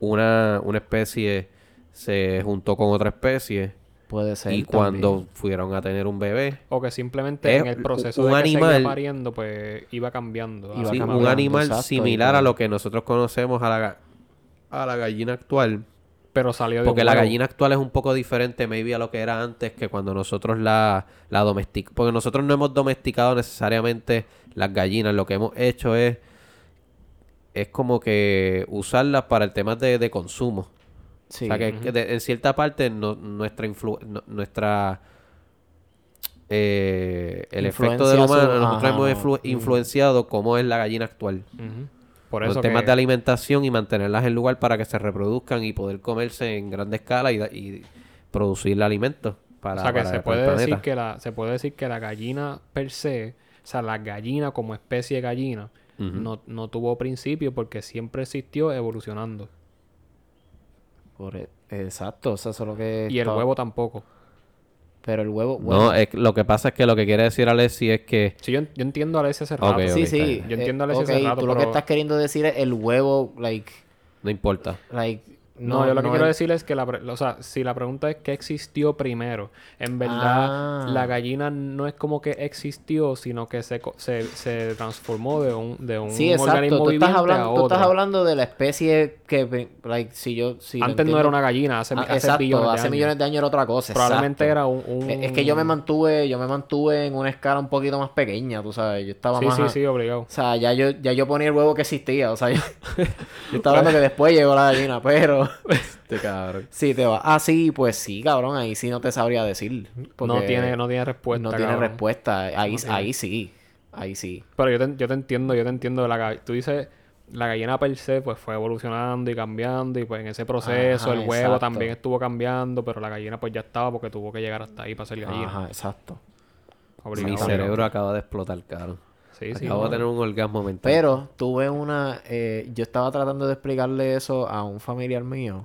Speaker 4: Una, una especie se juntó con otra especie
Speaker 2: Puede ser.
Speaker 4: y cuando fueron a tener un bebé,
Speaker 1: O que simplemente
Speaker 4: Es
Speaker 1: en el
Speaker 4: un-
Speaker 1: proceso
Speaker 4: un
Speaker 1: de que
Speaker 4: animal-
Speaker 1: seguía pariendo, pues iba cambiando.
Speaker 2: Iba
Speaker 1: Ah,
Speaker 4: sí,
Speaker 1: sí,
Speaker 4: un
Speaker 2: cambiando,
Speaker 4: animal
Speaker 2: exacto, y
Speaker 4: similar a
Speaker 2: todo.
Speaker 4: lo que nosotros conocemos a la, ga- a la gallina actual.
Speaker 1: Pero salió de
Speaker 4: Porque
Speaker 1: un
Speaker 4: la
Speaker 1: huevo.
Speaker 4: gallina actual es un poco diferente, maybe, a lo que era antes que cuando nosotros la, la domesticamos. Porque nosotros no hemos domesticado necesariamente las gallinas. Lo que hemos hecho es. Es como que usarlas para el tema de, de consumo.
Speaker 2: Sí.
Speaker 4: O sea, que, que de- en cierta parte no- nuestra. influ- no- nuestra eh, el efecto del
Speaker 2: Influencia
Speaker 4: humano,
Speaker 2: su-
Speaker 4: nosotros
Speaker 2: ajá,
Speaker 4: hemos
Speaker 2: no.
Speaker 4: influ-
Speaker 2: Mm.
Speaker 4: influenciado cómo es la gallina actual.
Speaker 1: Ujú. Por
Speaker 4: Los
Speaker 1: eso
Speaker 4: temas
Speaker 1: que-
Speaker 4: de alimentación y mantenerlas en lugar para que se reproduzcan y poder comerse en grande escala y, da- y producir alimentos para,
Speaker 1: o sea, que
Speaker 4: para-
Speaker 1: se
Speaker 4: para el
Speaker 1: puede, decir
Speaker 4: planeta.
Speaker 1: que la, se puede decir que la gallina per se, o sea, la gallina como especie de gallina,
Speaker 4: Ujú.
Speaker 1: no, no tuvo principio porque siempre existió evolucionando.
Speaker 2: Por e- Exacto, eso es lo que...
Speaker 1: Y el
Speaker 2: estaba-
Speaker 1: huevo tampoco.
Speaker 2: Pero el
Speaker 4: No,
Speaker 2: huevo...
Speaker 4: eh,
Speaker 2: bueno,
Speaker 4: es- lo que pasa es que lo que quiere decir Alessi es que
Speaker 1: Sí, yo, en- yo entiendo a veces hace
Speaker 4: Ok,
Speaker 1: rato.
Speaker 4: ok.
Speaker 2: sí,
Speaker 4: está
Speaker 2: sí.
Speaker 4: bien.
Speaker 1: Yo entiendo
Speaker 2: eh,
Speaker 1: la
Speaker 2: ok,
Speaker 1: ese rato,
Speaker 2: tú lo que
Speaker 1: pero-
Speaker 2: estás queriendo decir es el huevo, like...
Speaker 4: no importa.
Speaker 2: like
Speaker 1: No, yo lo que quiero
Speaker 2: es-
Speaker 1: decir es que la, pre- o sea, si la pregunta es qué existió primero, en verdad
Speaker 2: Ah.
Speaker 1: la gallina no es como que existió, sino que se, co- se, se transformó de un, de un
Speaker 2: Sí, exacto.
Speaker 1: organismo
Speaker 2: Tú estás,
Speaker 1: viviente
Speaker 2: hablando,
Speaker 1: a
Speaker 2: tú
Speaker 1: otro.
Speaker 2: estás hablando de la especie que, like, si yo... Si lo
Speaker 1: Antes no era
Speaker 2: entiendo-
Speaker 1: una gallina, hace,
Speaker 2: Ah,
Speaker 1: hace
Speaker 2: exacto,
Speaker 1: millones de
Speaker 2: hace
Speaker 1: años.
Speaker 2: millones de años era otra cosa.
Speaker 1: Probablemente
Speaker 2: exacto.
Speaker 1: era un, un-
Speaker 2: Es- Es que yo me mantuve, yo me mantuve en una escala un poquito más pequeña, tú sabes. Yo estaba
Speaker 1: Sí,
Speaker 2: más... a-
Speaker 1: sí, sí, obligado.
Speaker 2: O sea, ya yo, ya yo ponía el huevo que existía. O sea, yo, yo estaba hablando que después llegó la gallina, pero...
Speaker 1: Este
Speaker 2: Sí, te va. Ah, sí, pues sí, cabrón. Ahí sí no te sabría decir.
Speaker 1: No
Speaker 2: porque
Speaker 1: tiene, no tiene respuesta.
Speaker 2: no tiene
Speaker 1: cabrón.
Speaker 2: respuesta. Ahí,
Speaker 1: No tiene.
Speaker 2: ahí sí. Ahí sí.
Speaker 1: Pero yo te, yo te entiendo, yo te entiendo. La, ga- tú dices, la gallina per se pues fue evolucionando y cambiando y pues en ese proceso
Speaker 2: Ajá,
Speaker 1: el huevo
Speaker 2: exacto.
Speaker 1: también estuvo cambiando, pero la gallina pues ya estaba porque tuvo que llegar hasta ahí para ser gallina.
Speaker 2: Ajá, exacto.
Speaker 1: Obligado.
Speaker 4: Mi cerebro acaba de explotar, cabrón.
Speaker 1: Sí, sí.
Speaker 4: Acabo de tener un orgasmo mental.
Speaker 2: Pero tuve una. eh, yo estaba tratando de explicarle eso a un familiar mío.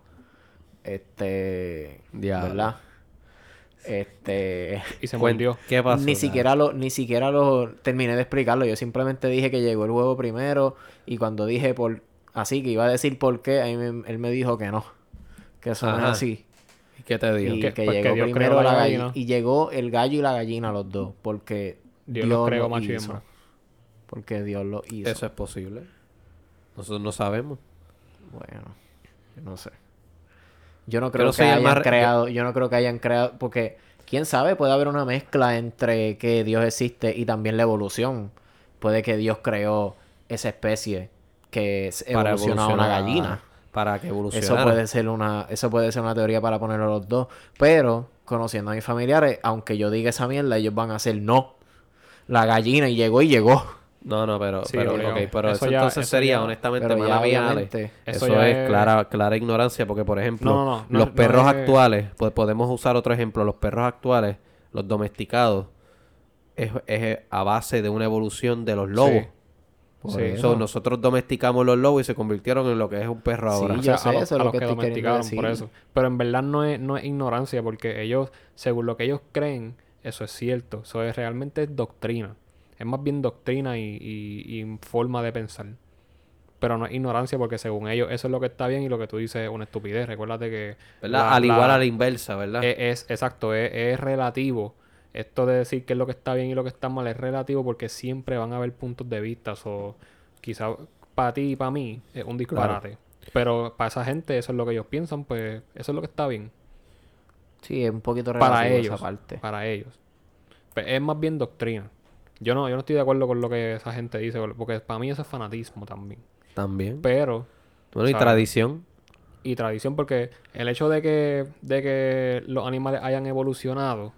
Speaker 2: Este.
Speaker 4: Diablo.
Speaker 2: ¿Verdad? Este.
Speaker 1: Y se
Speaker 4: Cuen-
Speaker 1: murió.
Speaker 4: ¿Qué pasó?
Speaker 2: Ni
Speaker 4: cabrón?
Speaker 2: siquiera, lo, ni siquiera lo terminé de explicarlo. Yo simplemente dije que llegó el huevo primero. Y cuando dije por. Así que iba a decir por qué, ahí me- él me dijo que no. Que eso no
Speaker 4: Ajá.
Speaker 2: es así.
Speaker 4: ¿Qué te digo?
Speaker 2: Y
Speaker 1: Que-
Speaker 2: que,
Speaker 1: pues que
Speaker 2: llegó
Speaker 1: Dios creó
Speaker 2: primero
Speaker 1: la
Speaker 2: la
Speaker 1: gallina.
Speaker 2: gallina. Y llegó el gallo y la gallina los dos. Porque
Speaker 1: Dios los creó
Speaker 2: lo
Speaker 1: macho y
Speaker 2: hizo.
Speaker 1: hembra.
Speaker 2: Porque Dios lo hizo.
Speaker 4: Eso es posible. Nosotros no sabemos.
Speaker 2: Bueno, yo no sé. Yo no creo
Speaker 4: no
Speaker 2: que
Speaker 4: soy el
Speaker 2: hayan
Speaker 4: más re-
Speaker 2: creado, yo no creo que hayan creado, porque quién sabe, puede haber una mezcla entre que Dios existe y también la evolución. Puede que Dios creó esa especie que es- evolucionó a una
Speaker 4: evolucionar-
Speaker 2: gallina.
Speaker 4: Para que
Speaker 2: Eso
Speaker 4: evolucionara.
Speaker 2: puede ser una, eso puede ser una teoría para ponerlo los dos. Pero, conociendo a mis familiares, aunque yo diga esa mierda, ellos van a hacer no. La gallina y llegó y llegó.
Speaker 4: No, no, pero,
Speaker 1: Sí,
Speaker 4: pero,
Speaker 1: obligado.
Speaker 4: ok, pero
Speaker 1: Eso
Speaker 4: eso,
Speaker 1: ya-
Speaker 4: entonces
Speaker 1: eso
Speaker 4: sería
Speaker 1: ya-
Speaker 4: honestamente
Speaker 2: Pero
Speaker 4: mala
Speaker 2: ya,
Speaker 4: mía, Ale.
Speaker 2: obviamente,
Speaker 4: Eso,
Speaker 1: eso ya
Speaker 4: es,
Speaker 1: es-
Speaker 4: clara, clara ignorancia, porque por ejemplo,
Speaker 1: No, no, no,
Speaker 4: los
Speaker 1: no
Speaker 4: perros
Speaker 1: es-
Speaker 4: actuales, pues podemos usar otro ejemplo, los perros actuales, los domesticados, es, es a base de una evolución de los lobos.
Speaker 1: Sí.
Speaker 4: Por
Speaker 1: Sí.
Speaker 4: eso nosotros domesticamos los lobos y se convirtieron en lo que es un perro
Speaker 2: Sí,
Speaker 4: ahora.
Speaker 1: O
Speaker 2: yo
Speaker 1: sea,
Speaker 2: sé,
Speaker 1: a los,
Speaker 2: eso es
Speaker 1: a
Speaker 2: lo
Speaker 1: los
Speaker 2: que
Speaker 1: que,
Speaker 2: estoy queriendo
Speaker 1: domesticaron por
Speaker 2: decir.
Speaker 1: eso. Pero en verdad no es, no es ignorancia, porque ellos, según lo que ellos creen, eso es cierto. Eso es realmente es doctrina. Es Es más bien doctrina y, y- y forma de pensar. Pero no es ignorancia porque según ellos eso es lo que está bien y lo que tú dices es una estupidez. Recuérdate que...
Speaker 4: ¿Verdad?
Speaker 1: la-
Speaker 4: al igual
Speaker 1: la- eh,
Speaker 4: a la inversa, ¿verdad?
Speaker 1: es, E, es- exacto, es, es relativo. Esto de decir qué es lo que está bien y lo que está mal es relativo porque siempre van a haber puntos de vista. O quizá para ti y para mí es un disparate. Pero para esa gente eso es lo que ellos piensan, pues eso es lo que está bien
Speaker 2: Sí, es un poquito relativo
Speaker 1: para ellos.
Speaker 2: esa parte.
Speaker 1: Para ellos. Pe- es más bien doctrina. Yo no, yo no estoy de acuerdo con lo que esa gente dice, porque para mí eso es fanatismo también.
Speaker 4: También.
Speaker 1: Pero
Speaker 4: bueno, y
Speaker 1: ¿sabes?
Speaker 4: tradición.
Speaker 1: y tradición porque el hecho de que, de que los animales hayan evolucionado,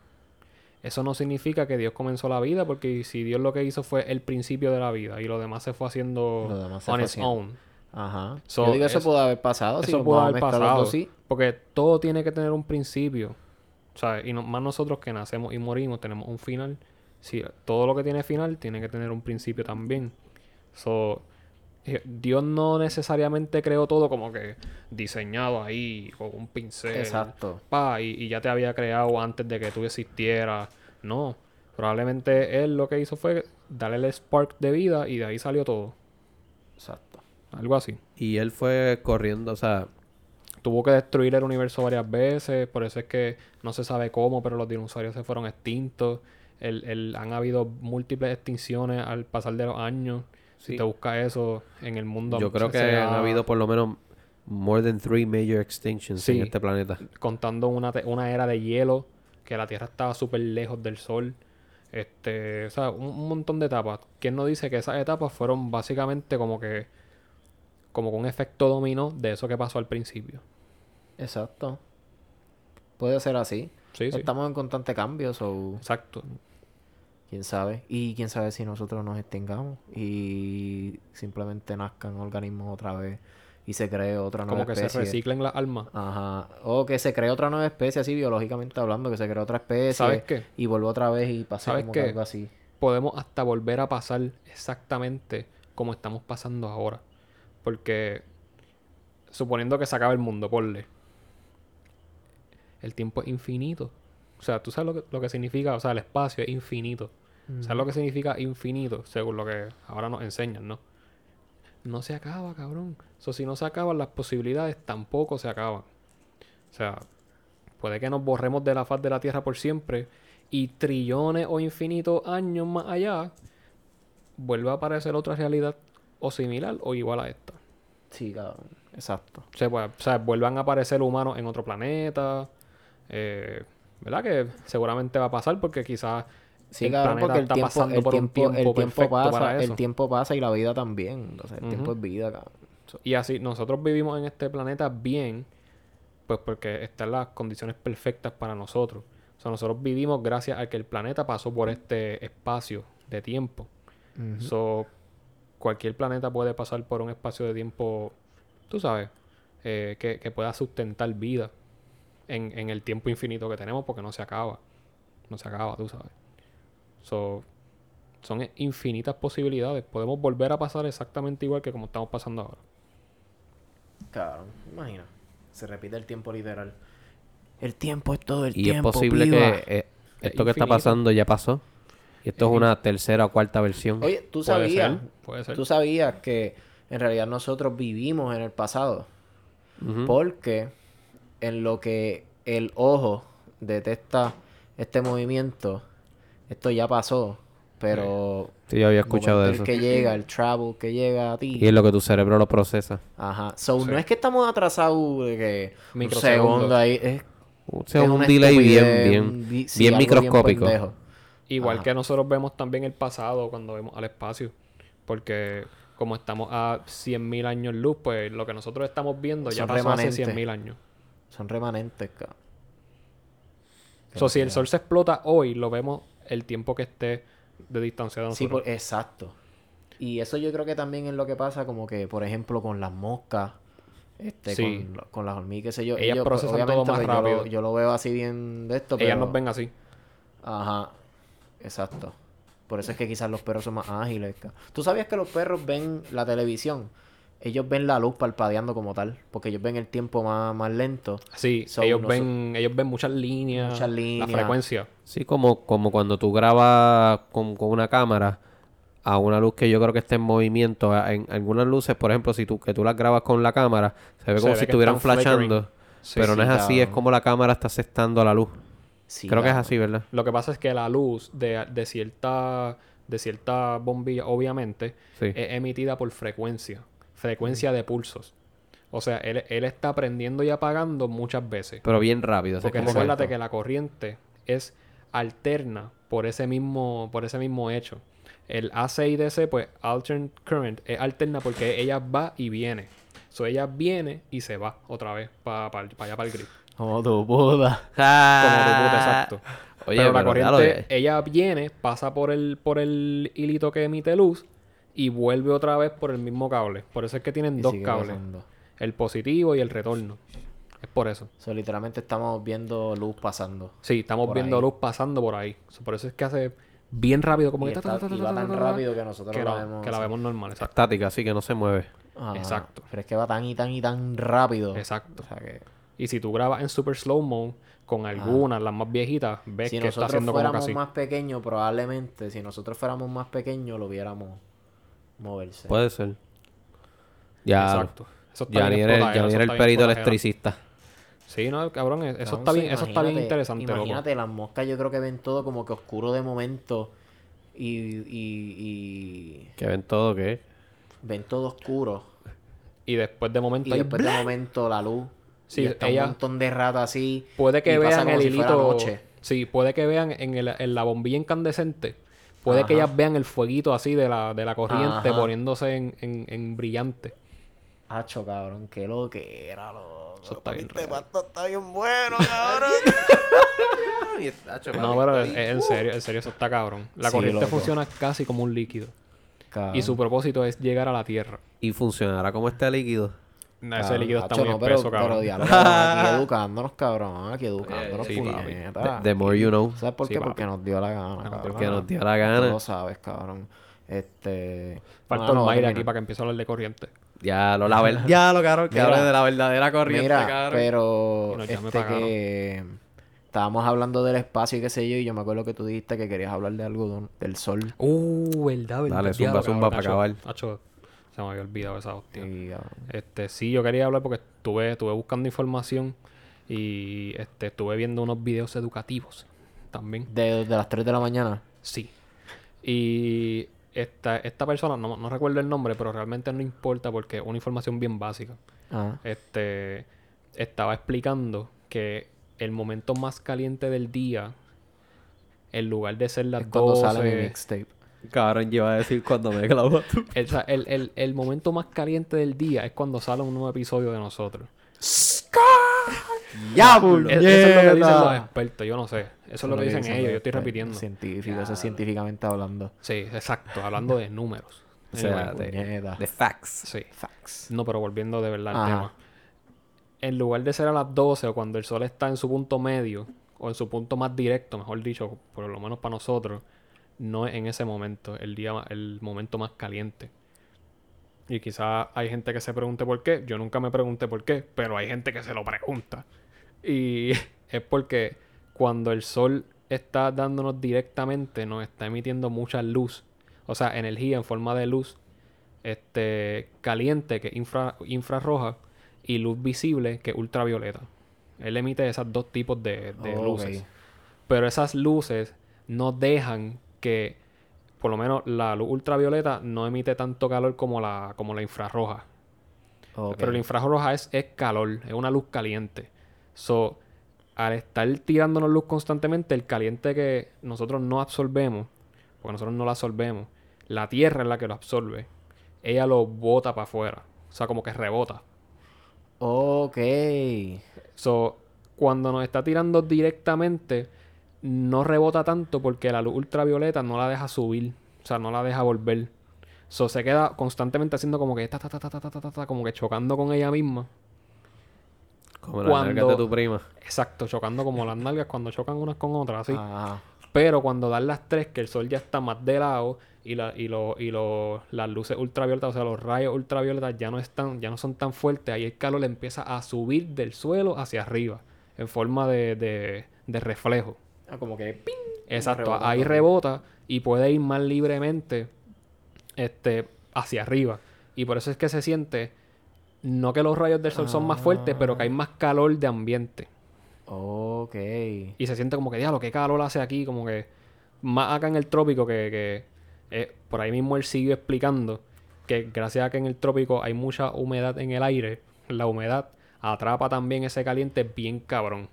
Speaker 1: eso no significa que Dios comenzó la vida, porque si Dios lo que hizo fue el principio de la vida y lo demás se fue haciendo
Speaker 2: Lo demás se
Speaker 1: on
Speaker 2: fue
Speaker 1: its
Speaker 2: haciendo.
Speaker 1: own.
Speaker 2: Ajá.
Speaker 1: So,
Speaker 2: Yo digo, eso
Speaker 1: eso-
Speaker 2: pudo haber pasado. si
Speaker 1: eso
Speaker 2: nos
Speaker 1: puede
Speaker 2: vamos a
Speaker 1: haber
Speaker 2: mezclar los
Speaker 1: pasado.
Speaker 2: dos, sí.
Speaker 1: Porque todo tiene que tener un principio. ¿sabes? Y no- más nosotros que nacemos y morimos tenemos un final. Si todo lo que tiene final tiene que tener un principio también. So, eh, Dios no necesariamente creó todo como que diseñado ahí con un pincel.
Speaker 2: Exacto.
Speaker 1: pa, y, y ya te había creado antes de que tú existieras. No. Probablemente él lo que hizo fue darle el spark de vida y de ahí salió todo.
Speaker 2: Exacto.
Speaker 1: Algo así.
Speaker 4: Y él fue corriendo, o sea,
Speaker 1: Tuvo que destruir el universo varias veces, por eso es que no se sabe cómo, pero los dinosaurios se fueron extintos. El, el- han habido múltiples extinciones al pasar de los años.
Speaker 4: Sí.
Speaker 1: Si te buscas eso en el mundo,
Speaker 4: yo creo
Speaker 1: se-
Speaker 4: que
Speaker 1: se
Speaker 4: han
Speaker 1: ha-
Speaker 4: habido por lo menos more than three major extinctions
Speaker 1: Sí.
Speaker 4: en este planeta.
Speaker 1: contando una, te- una era de hielo, que la Tierra estaba súper lejos del Sol. Este, o sea, un, un montón de etapas. ¿Quién no dice que esas etapas fueron básicamente como que como con un efecto dominó de eso que pasó al principio?
Speaker 2: Exacto. Puede ser así.
Speaker 1: Sí, sí.
Speaker 2: Estamos en constante cambio, so,
Speaker 1: Exacto.
Speaker 2: quién sabe. Y quién sabe si nosotros nos extingamos y simplemente nazcan organismos otra vez y se cree otra nueva
Speaker 1: Como que se
Speaker 2: especie.
Speaker 1: reciclen las almas.
Speaker 2: Ajá. O que se cree otra nueva especie, así biológicamente hablando, que se cree otra especie.
Speaker 1: ¿Sabes qué?
Speaker 2: Y vuelve otra vez y pasa
Speaker 1: ¿Sabes
Speaker 2: como que
Speaker 1: qué?
Speaker 2: algo así.
Speaker 1: podemos hasta volver a pasar exactamente como estamos pasando ahora. Porque suponiendo que se acaba el mundo, ponle. El tiempo es infinito. O sea, tú sabes lo que, lo que significa, o sea, el espacio es infinito. ¿Sabes lo que significa infinito? Según lo que ahora nos enseñan, ¿no? No se acaba, cabrón. O sea, si no se acaban las posibilidades, tampoco se acaban. O sea, puede que nos borremos de la faz de la Tierra por siempre y trillones o infinitos años más allá vuelva a aparecer otra realidad o similar o igual a esta.
Speaker 2: Sí, cabrón. Exacto.
Speaker 1: O sea, pues, o sea, vuelvan a aparecer humanos en otro planeta. eh, ¿Verdad? Que seguramente va a pasar porque quizás
Speaker 2: Sí,
Speaker 1: el
Speaker 2: cabrón,
Speaker 1: planeta
Speaker 2: porque el
Speaker 1: está
Speaker 2: tiempo,
Speaker 1: pasando
Speaker 2: el
Speaker 1: por un
Speaker 2: tiempo, el
Speaker 1: tiempo
Speaker 2: tiempo
Speaker 1: perfecto
Speaker 2: pasa,
Speaker 1: para
Speaker 2: el
Speaker 1: eso.
Speaker 2: tiempo pasa y la vida también. Entonces, el tiempo
Speaker 1: Ujú.
Speaker 2: es vida, cabrón.
Speaker 1: Y así nosotros vivimos en este planeta bien, pues porque están las condiciones perfectas para nosotros. O sea, nosotros vivimos gracias a que el planeta pasó por este espacio de tiempo. So, cualquier planeta puede pasar por un espacio de tiempo, tú sabes, eh, que, que pueda sustentar vida en, en el tiempo infinito que tenemos porque no se acaba. No se acaba, tú sabes. So, son infinitas posibilidades. Podemos volver a pasar exactamente igual que como estamos pasando ahora.
Speaker 2: Cabrón, imagina. Se repite el tiempo literal. El tiempo es todo el
Speaker 4: y
Speaker 2: tiempo.
Speaker 4: es posible
Speaker 2: piba.
Speaker 4: que eh, esto que está
Speaker 1: infinito.
Speaker 4: pasando ya pasó. Y esto es una tercera o cuarta versión.
Speaker 2: Oye, tú
Speaker 1: Puede
Speaker 2: sabías.
Speaker 1: ser, puede ser.
Speaker 2: Tú sabías que en realidad nosotros vivimos en el pasado.
Speaker 4: Ujú.
Speaker 2: Porque en lo que el ojo detecta este movimiento, esto ya pasó. Pero.
Speaker 4: Sí, yo había
Speaker 2: el
Speaker 4: escuchado de
Speaker 2: momento
Speaker 4: eso.
Speaker 2: en que llega, el travel que llega a ti.
Speaker 4: Y es lo que tu cerebro lo procesa.
Speaker 2: Ajá. So,
Speaker 1: Sí.
Speaker 2: no es que estamos atrasados de que un
Speaker 1: Microsegundo.
Speaker 2: segundo ahí. Es,
Speaker 4: O sea,
Speaker 2: es
Speaker 4: Uh, un
Speaker 2: una
Speaker 4: delay bien,
Speaker 2: estupidez,
Speaker 4: bien,
Speaker 2: un di- sí,
Speaker 4: bien
Speaker 2: algo
Speaker 4: microscópico.
Speaker 2: pendejo.
Speaker 1: Igual
Speaker 2: Ajá.
Speaker 1: que nosotros vemos también el pasado cuando vemos al espacio. Porque como estamos a 100.000 años luz, pues lo que nosotros estamos viendo ya
Speaker 2: Son
Speaker 1: pasó
Speaker 2: remanentes.
Speaker 1: hace 100.000 años.
Speaker 2: Son remanentes, cabrón.
Speaker 1: O sea, si el sol se explota hoy, lo vemos el tiempo que esté de distancia de
Speaker 2: Sí,
Speaker 1: nosotros.
Speaker 2: por- exacto. Y eso yo creo que también es lo que pasa, como que, por ejemplo, con las moscas, este,
Speaker 1: Sí.
Speaker 2: con, lo- con las hormigas, qué sé yo.
Speaker 1: Ellas
Speaker 2: pues,
Speaker 1: procesan todo
Speaker 2: obviamente,
Speaker 1: más
Speaker 2: pues, yo lo-
Speaker 1: rápido.
Speaker 2: Yo, lo veo así bien de esto, pero...
Speaker 1: Ellas nos ven así.
Speaker 2: Ajá, exacto. Por eso es que quizás los perros son más ágiles. ca- ¿Tú sabías que los perros ven la televisión? Ellos ven la luz parpadeando como tal, porque ellos ven el tiempo más, más lento.
Speaker 1: Sí,
Speaker 2: So,
Speaker 1: ellos,
Speaker 2: noso-
Speaker 1: ven, ellos ven muchas líneas,
Speaker 2: Muchas líneas.
Speaker 1: la frecuencia.
Speaker 4: Sí, como, como cuando tú grabas con, con una cámara a una luz que yo creo que está en movimiento. A- En algunas luces, por ejemplo, si tú, que tú las grabas con la cámara, se ve
Speaker 1: Se
Speaker 4: como
Speaker 1: ve
Speaker 4: si
Speaker 1: que
Speaker 4: estuvieran
Speaker 1: están flickering.
Speaker 4: flashando.
Speaker 1: Sí,
Speaker 4: Pero
Speaker 1: sí,
Speaker 4: no es así, es
Speaker 2: cabrón.
Speaker 4: como la cámara está aceptando la luz.
Speaker 2: Sí,
Speaker 4: creo que es
Speaker 2: cabrón.
Speaker 4: así, ¿verdad?
Speaker 1: Lo que pasa es que la luz de, de cierta de cierta bombilla, obviamente,
Speaker 4: Sí.
Speaker 2: Eh,
Speaker 1: es emitida por frecuencia. Frecuencia de pulsos. O sea, él, él está prendiendo y apagando muchas veces.
Speaker 4: Pero bien rápido. Pues, así
Speaker 1: Porque
Speaker 4: como
Speaker 1: recuérdate
Speaker 4: esto.
Speaker 1: que la corriente es alterna por ese mismo, por ese mismo hecho. El AC y DC, pues alternate current, es alterna porque ella va y viene. So, ella viene y se va otra vez para allá para el grid.
Speaker 2: Como tu puta.
Speaker 1: Como Ruputa,
Speaker 2: Ah,
Speaker 1: exacto.
Speaker 4: Oye,
Speaker 1: pero la
Speaker 4: pero
Speaker 1: corriente,
Speaker 4: claro, eh.
Speaker 1: ella viene, pasa por el, por el hilito que emite luz y vuelve otra vez por el mismo cable. Por eso es que tienen
Speaker 2: Y
Speaker 1: dos
Speaker 2: sigue
Speaker 1: cables,
Speaker 2: pasando.
Speaker 1: el positivo y el retorno. Es por eso.
Speaker 2: O sea, literalmente estamos viendo luz pasando.
Speaker 1: Sí, estamos
Speaker 2: Por
Speaker 1: viendo
Speaker 2: ahí.
Speaker 1: luz pasando por ahí. So, por eso es que hace bien rápido, como
Speaker 2: Y,
Speaker 1: que ta,
Speaker 2: está-
Speaker 1: ta, ta, ta,
Speaker 2: y va
Speaker 1: ta,
Speaker 2: tan
Speaker 1: ta, ta,
Speaker 2: rápido que nosotros
Speaker 1: que
Speaker 2: la
Speaker 1: la-
Speaker 2: vemos.
Speaker 1: que la
Speaker 2: así.
Speaker 1: vemos normal. Exacto.
Speaker 4: Estática, así que no se mueve.
Speaker 2: Ah,
Speaker 1: Exacto.
Speaker 2: Pero es que va tan y tan y tan rápido.
Speaker 1: Exacto.
Speaker 2: O sea que. Ah.
Speaker 1: Y si tú grabas en super slow mo con algunas, las más viejitas, ves
Speaker 2: si
Speaker 1: que está
Speaker 2: nosotros
Speaker 1: haciendo como
Speaker 2: fuéramos
Speaker 1: casi.
Speaker 2: más pequeños, probablemente, si nosotros fuéramos más pequeños, lo viéramos moverse.
Speaker 4: Puede ser. Ya.
Speaker 1: Exacto. Eso está
Speaker 4: Ya
Speaker 1: bien
Speaker 4: ni era,
Speaker 1: explotadera,
Speaker 4: ya ni
Speaker 1: eso
Speaker 4: era
Speaker 1: está bien
Speaker 4: el perito
Speaker 1: explotadera.
Speaker 4: electricista.
Speaker 1: Sí, no, cabrón, e-, eso
Speaker 2: Cabrón,
Speaker 1: está
Speaker 2: sí,
Speaker 1: bien, eso está bien
Speaker 2: imagínate-
Speaker 1: interesante, loco.
Speaker 2: Imagínate, las moscas yo creo que ven todo como que oscuro de momento y, y, y
Speaker 4: Que ven todo que
Speaker 2: ven todo oscuro.
Speaker 1: Y después de
Speaker 2: Y
Speaker 1: momento ahí,
Speaker 2: después de momento la luz.
Speaker 1: Sí,
Speaker 2: y está
Speaker 1: ella-
Speaker 2: un montón de ratas así.
Speaker 1: puede
Speaker 2: y
Speaker 1: que
Speaker 2: pasa
Speaker 1: vean
Speaker 2: como
Speaker 1: el
Speaker 2: si fuera
Speaker 1: hilito.
Speaker 2: noche.
Speaker 1: Sí, puede que vean en, el- en la bombilla incandescente. Puede que
Speaker 2: Ajá.
Speaker 1: ellas vean el fueguito así de la, de la corriente
Speaker 2: Ajá.
Speaker 1: poniéndose en, en- en brillante.
Speaker 2: Hacho, cabrón, qué lo que era, loco.
Speaker 1: Eso está bien real.
Speaker 4: Este está bien bueno, cabrón.
Speaker 1: No, pero es- es en serio, en serio, eso está cabrón. La
Speaker 2: Sí,
Speaker 1: corriente
Speaker 2: loco.
Speaker 1: funciona casi como un líquido.
Speaker 2: Cabrón.
Speaker 1: Y su propósito es llegar a la Tierra.
Speaker 4: Y funcionará como este líquido.
Speaker 1: No, ese líquido está
Speaker 2: Hacho,
Speaker 1: muy
Speaker 2: Ah, no, pero,
Speaker 1: espeso, cabrón.
Speaker 2: pero diablo, cabrón, aquí educándonos, cabrón. Aquí educándonos,
Speaker 1: sí, papi.
Speaker 2: puñeta.
Speaker 4: The, the more you know.
Speaker 2: ¿Sabes por
Speaker 1: Sí,
Speaker 2: qué?
Speaker 1: papi.
Speaker 2: Porque nos dio la gana, cabrón.
Speaker 4: Porque nos dio la gana.
Speaker 2: Tú lo sabes, cabrón. Este...
Speaker 1: Falta
Speaker 2: no, no,
Speaker 1: un Mayra
Speaker 2: termina.
Speaker 1: aquí para que empiece a hablar de corriente.
Speaker 4: Ya lo, la ver- ya lo cabrón, que
Speaker 2: Mira.
Speaker 4: hable de la verdadera corriente,
Speaker 2: Mira,
Speaker 4: cabrón.
Speaker 2: pero
Speaker 1: Y nos llame
Speaker 2: este
Speaker 1: para acá, ¿no?
Speaker 2: que... Estábamos hablando del espacio y qué sé yo, y yo me acuerdo que tú dijiste que querías hablar de algo de un- del sol.
Speaker 1: Uh, verdad,
Speaker 2: pues,
Speaker 1: verdad.
Speaker 4: Dale,
Speaker 1: diablo,
Speaker 4: zumba, zumba
Speaker 1: cabrón,
Speaker 4: para
Speaker 1: acho, acho, se me había olvidado esa hostia.
Speaker 2: Y, ah, cabrón,
Speaker 1: Este, sí, yo quería hablar porque estuve, estuve buscando información y este, estuve viendo unos videos educativos también.
Speaker 2: de, de las 3 de la mañana.
Speaker 1: Sí. Y esta, esta persona, no, no recuerdo el nombre, pero realmente no importa porque es una información bien básica.
Speaker 2: Ah,
Speaker 1: Este, estaba explicando que el momento más caliente del día, en lugar de ser las
Speaker 2: es cuando
Speaker 1: 12,
Speaker 2: sale mi mixtape.
Speaker 4: Cabrón, yo iba a decir cuando me clavó tú.
Speaker 1: El, o sea, el- el- el momento más caliente del día es cuando sale un nuevo episodio de nosotros.
Speaker 2: ¡Diablo!
Speaker 1: Es- E-, eso es lo que dicen los expertos, yo no sé. Eso es lo que dicen ellos, yo estoy
Speaker 2: los
Speaker 1: repitiendo. Sí,
Speaker 2: Científico, eso es científicamente hablando.
Speaker 1: exacto, hablando de números.
Speaker 4: O sea,
Speaker 1: Anyway,
Speaker 4: de,
Speaker 2: Puñeta.
Speaker 4: de facts.
Speaker 1: sí.
Speaker 2: Facts.
Speaker 1: No, pero volviendo de verdad al
Speaker 2: Ajá.
Speaker 1: tema. En lugar de ser a las 12 o cuando el sol está en su punto medio, o en su punto más directo, mejor dicho, por lo menos para nosotros, no es en ese momento, el día ma- el momento más caliente. Y quizá hay gente que se pregunte por qué, yo nunca me pregunté por qué, pero hay gente que se lo pregunta. Y es porque cuando el sol está dándonos directamente, nos está emitiendo mucha luz, o sea, energía en forma de luz este, caliente, que es infra- infrarroja, y luz visible, que es ultravioleta. Él emite esos dos tipos de, de
Speaker 2: Ok.
Speaker 1: luces. Pero esas luces no dejan que, por lo menos la luz ultravioleta no emite tanto calor como la, como la infrarroja.
Speaker 2: Ok.
Speaker 1: Pero la infrarroja es, es calor, es una luz caliente. So, al estar tirándonos luz constantemente, el caliente que nosotros no absorbemos, porque nosotros no la absorbemos, la tierra es la que lo absorbe. Ella lo bota para afuera. O sea, como que rebota.
Speaker 2: Ok.
Speaker 1: So, cuando nos está tirando directamente, no rebota tanto porque la luz ultravioleta no la deja subir. O sea, no la deja volver. So, se queda constantemente haciendo como que ta, ta, ta, ta, ta, ta, ta, ta, como que chocando con ella misma.
Speaker 4: Como la
Speaker 1: Cuando-
Speaker 4: nalgas de tu prima.
Speaker 1: Exacto, chocando como las nalgas cuando chocan unas con otras, así.
Speaker 2: Ajá.
Speaker 1: Pero cuando dan las tres, que el sol ya está más de lado y, la, y, lo- y lo- las luces ultravioletas, o sea, los rayos ultravioletas ya no están, ya no son tan fuertes, ahí el calor empieza a subir del suelo hacia arriba, en forma de, de- de reflejo.
Speaker 2: Ah, como que... ping.
Speaker 1: Exacto,
Speaker 2: Rebotando.
Speaker 1: ahí rebota y puede ir más libremente este, hacia arriba. Y por eso es que se siente, no que los rayos del sol son más fuertes, pero que hay más calor de ambiente.
Speaker 2: Ok.
Speaker 1: Y se siente como que, diablo, qué calor hace aquí, como que más acá en el trópico que, que eh, por ahí mismo él siguió explicando que gracias a que en el trópico hay mucha humedad en el aire, la humedad atrapa también ese caliente bien cabrón.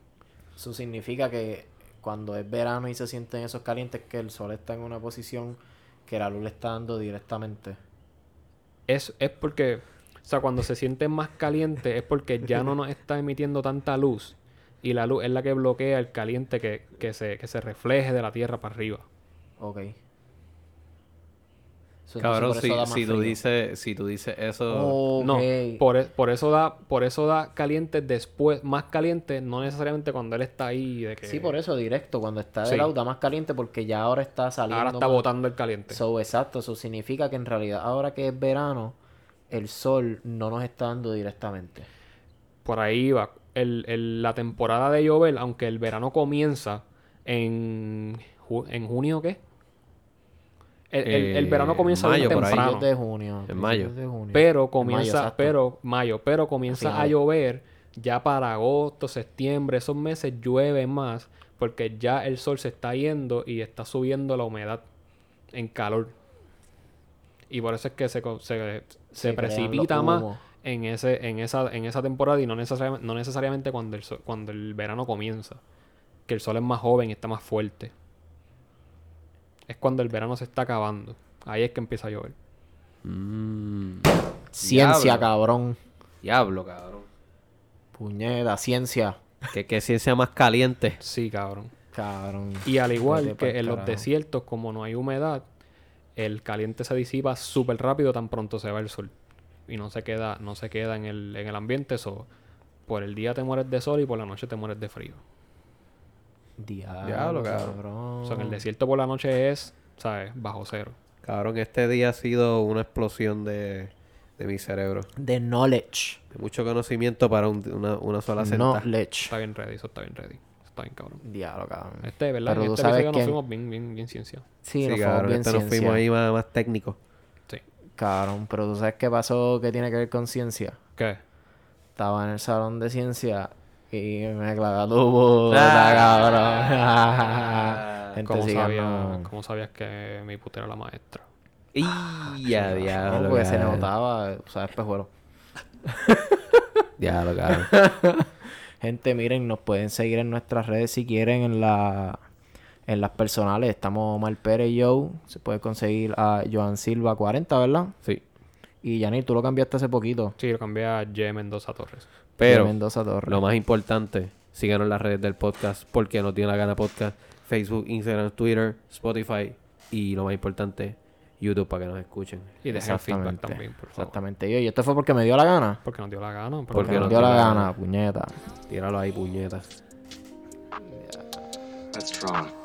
Speaker 2: Eso significa que cuando es verano y se sienten esos calientes, que el sol está en una posición que la luz le está dando directamente.
Speaker 1: Es, es porque, o sea, cuando se siente más caliente es porque ya no nos está emitiendo tanta luz. Y la luz es la que bloquea el caliente que, que se, que se refleje de la tierra para arriba.
Speaker 2: Ok. Eso entonces
Speaker 4: Cabrón,
Speaker 2: por eso
Speaker 4: si,
Speaker 2: da más
Speaker 4: si tú
Speaker 2: frío.
Speaker 4: dices, si tú dices eso.
Speaker 2: Ok.
Speaker 1: No, por, e- por eso da, por eso da caliente después, más caliente, no necesariamente cuando él está ahí. De que
Speaker 2: Sí, por eso directo. Cuando está
Speaker 1: Sí.
Speaker 2: del auto da más caliente porque ya ahora está saliendo.
Speaker 1: Ahora está
Speaker 2: más.
Speaker 1: botando el caliente.
Speaker 2: So, exacto. Eso significa que en realidad ahora que es verano, el sol no nos está dando directamente.
Speaker 1: por ahí va. El, el- la temporada de llover, aunque el verano comienza en, ju- en junio, ¿qué? El, el- el
Speaker 4: Eh,
Speaker 1: verano comienza bien
Speaker 4: mayo, por ahí.
Speaker 1: temprano,
Speaker 2: Principios de junio. principios
Speaker 4: mayo.
Speaker 2: de junio.
Speaker 1: pero comienza,
Speaker 2: exacto.
Speaker 1: pero mayo, pero comienza a
Speaker 2: Finales.
Speaker 1: llover ya para agosto, septiembre, esos meses llueve más porque ya el sol se está yendo y está subiendo la humedad en calor. Y por eso es que se, co- se, se
Speaker 2: Se crean los
Speaker 1: precipita más
Speaker 2: humos.
Speaker 1: en ese en esa en esa temporada y no necesariamente no necesariamente cuando el sol- cuando el verano comienza que el sol es más joven y está más fuerte es cuando el verano se está acabando ahí es que empieza a llover
Speaker 4: Mm,
Speaker 2: Ciencia,
Speaker 4: Diablo.
Speaker 2: cabrón.
Speaker 4: diablo, cabrón.
Speaker 2: Puñeta, ciencia.
Speaker 4: Que, que ciencia más caliente.
Speaker 1: sí cabrón
Speaker 2: Cabrón.
Speaker 1: y al igual
Speaker 2: Vete
Speaker 1: que
Speaker 2: pa'l
Speaker 1: en los
Speaker 2: carajo.
Speaker 1: desiertos como no hay humedad el caliente se disipa súper rápido tan pronto se va el sol y no se queda no se queda en el en el ambiente eso por el día te mueres de sol y por la noche te mueres de frío
Speaker 2: Diablo,
Speaker 4: Diablo, cabrón.
Speaker 1: o
Speaker 2: Oh.
Speaker 1: sea en el desierto por la noche es sabes bajo cero
Speaker 4: Cabrón, este día ha sido una explosión de, de mi cerebro.
Speaker 2: De knowledge.
Speaker 4: De mucho conocimiento para un- una, una sola sentada.
Speaker 2: Knowledge.
Speaker 1: Está bien ready, eso está bien ready. Eso Está bien cabrón.
Speaker 2: Diablo, cabrón.
Speaker 1: Este, ¿verdad?
Speaker 2: Pero
Speaker 1: en
Speaker 2: tú
Speaker 1: este
Speaker 2: sabes
Speaker 1: episodio nos
Speaker 2: quién-
Speaker 1: fuimos bien, bien, bien ciencia.
Speaker 2: Sí,
Speaker 4: Sí,
Speaker 2: nos fuimos
Speaker 4: cabrón,
Speaker 2: bien
Speaker 4: este nos
Speaker 2: ciencia.
Speaker 4: fuimos ahí más, más técnicos.
Speaker 1: Sí.
Speaker 2: Cabrón, pero tú sabes qué pasó que tiene que ver con ciencia.
Speaker 1: ¿Qué?
Speaker 2: Estaba en el salón de ciencia y me clavó tubo. cabrón. Gente,
Speaker 1: ¿Cómo,
Speaker 2: sigan,
Speaker 1: sabía-
Speaker 2: no.
Speaker 1: cómo sabías que mi puta era la maestra?
Speaker 4: ¡Y ya,
Speaker 2: Ah, No,
Speaker 4: diablo!
Speaker 2: porque se
Speaker 4: cabrón.
Speaker 2: notaba, o sea, espejuelo.
Speaker 4: Diablo, cabrón.
Speaker 2: Gente, miren, nos pueden seguir en nuestras redes si quieren en la en las personales. Estamos Omar Pérez y yo. Se puede conseguir a Joan Silva 40, ¿verdad?
Speaker 4: Sí.
Speaker 2: Y Yanir, tú lo cambiaste hace poquito.
Speaker 1: Sí, lo cambié a J. Mendoza Torres.
Speaker 2: De
Speaker 4: Pero,
Speaker 2: Mendoza Torres.
Speaker 4: lo más importante, síganos en las redes del podcast, porque no tiene la gana podcast. Facebook, Instagram, Twitter, Spotify y lo más importante, YouTube para que nos escuchen.
Speaker 1: Y dejen feedback
Speaker 2: Exactamente.
Speaker 1: también, por favor.
Speaker 2: Exactamente. Y oye, esto fue porque me dio la gana.
Speaker 1: Porque nos dio la gana. pero
Speaker 4: Porque
Speaker 2: Porque
Speaker 1: no-
Speaker 2: nos dio la gana, puñeta.
Speaker 4: Tíralo ahí, puñetas.
Speaker 5: That's strong.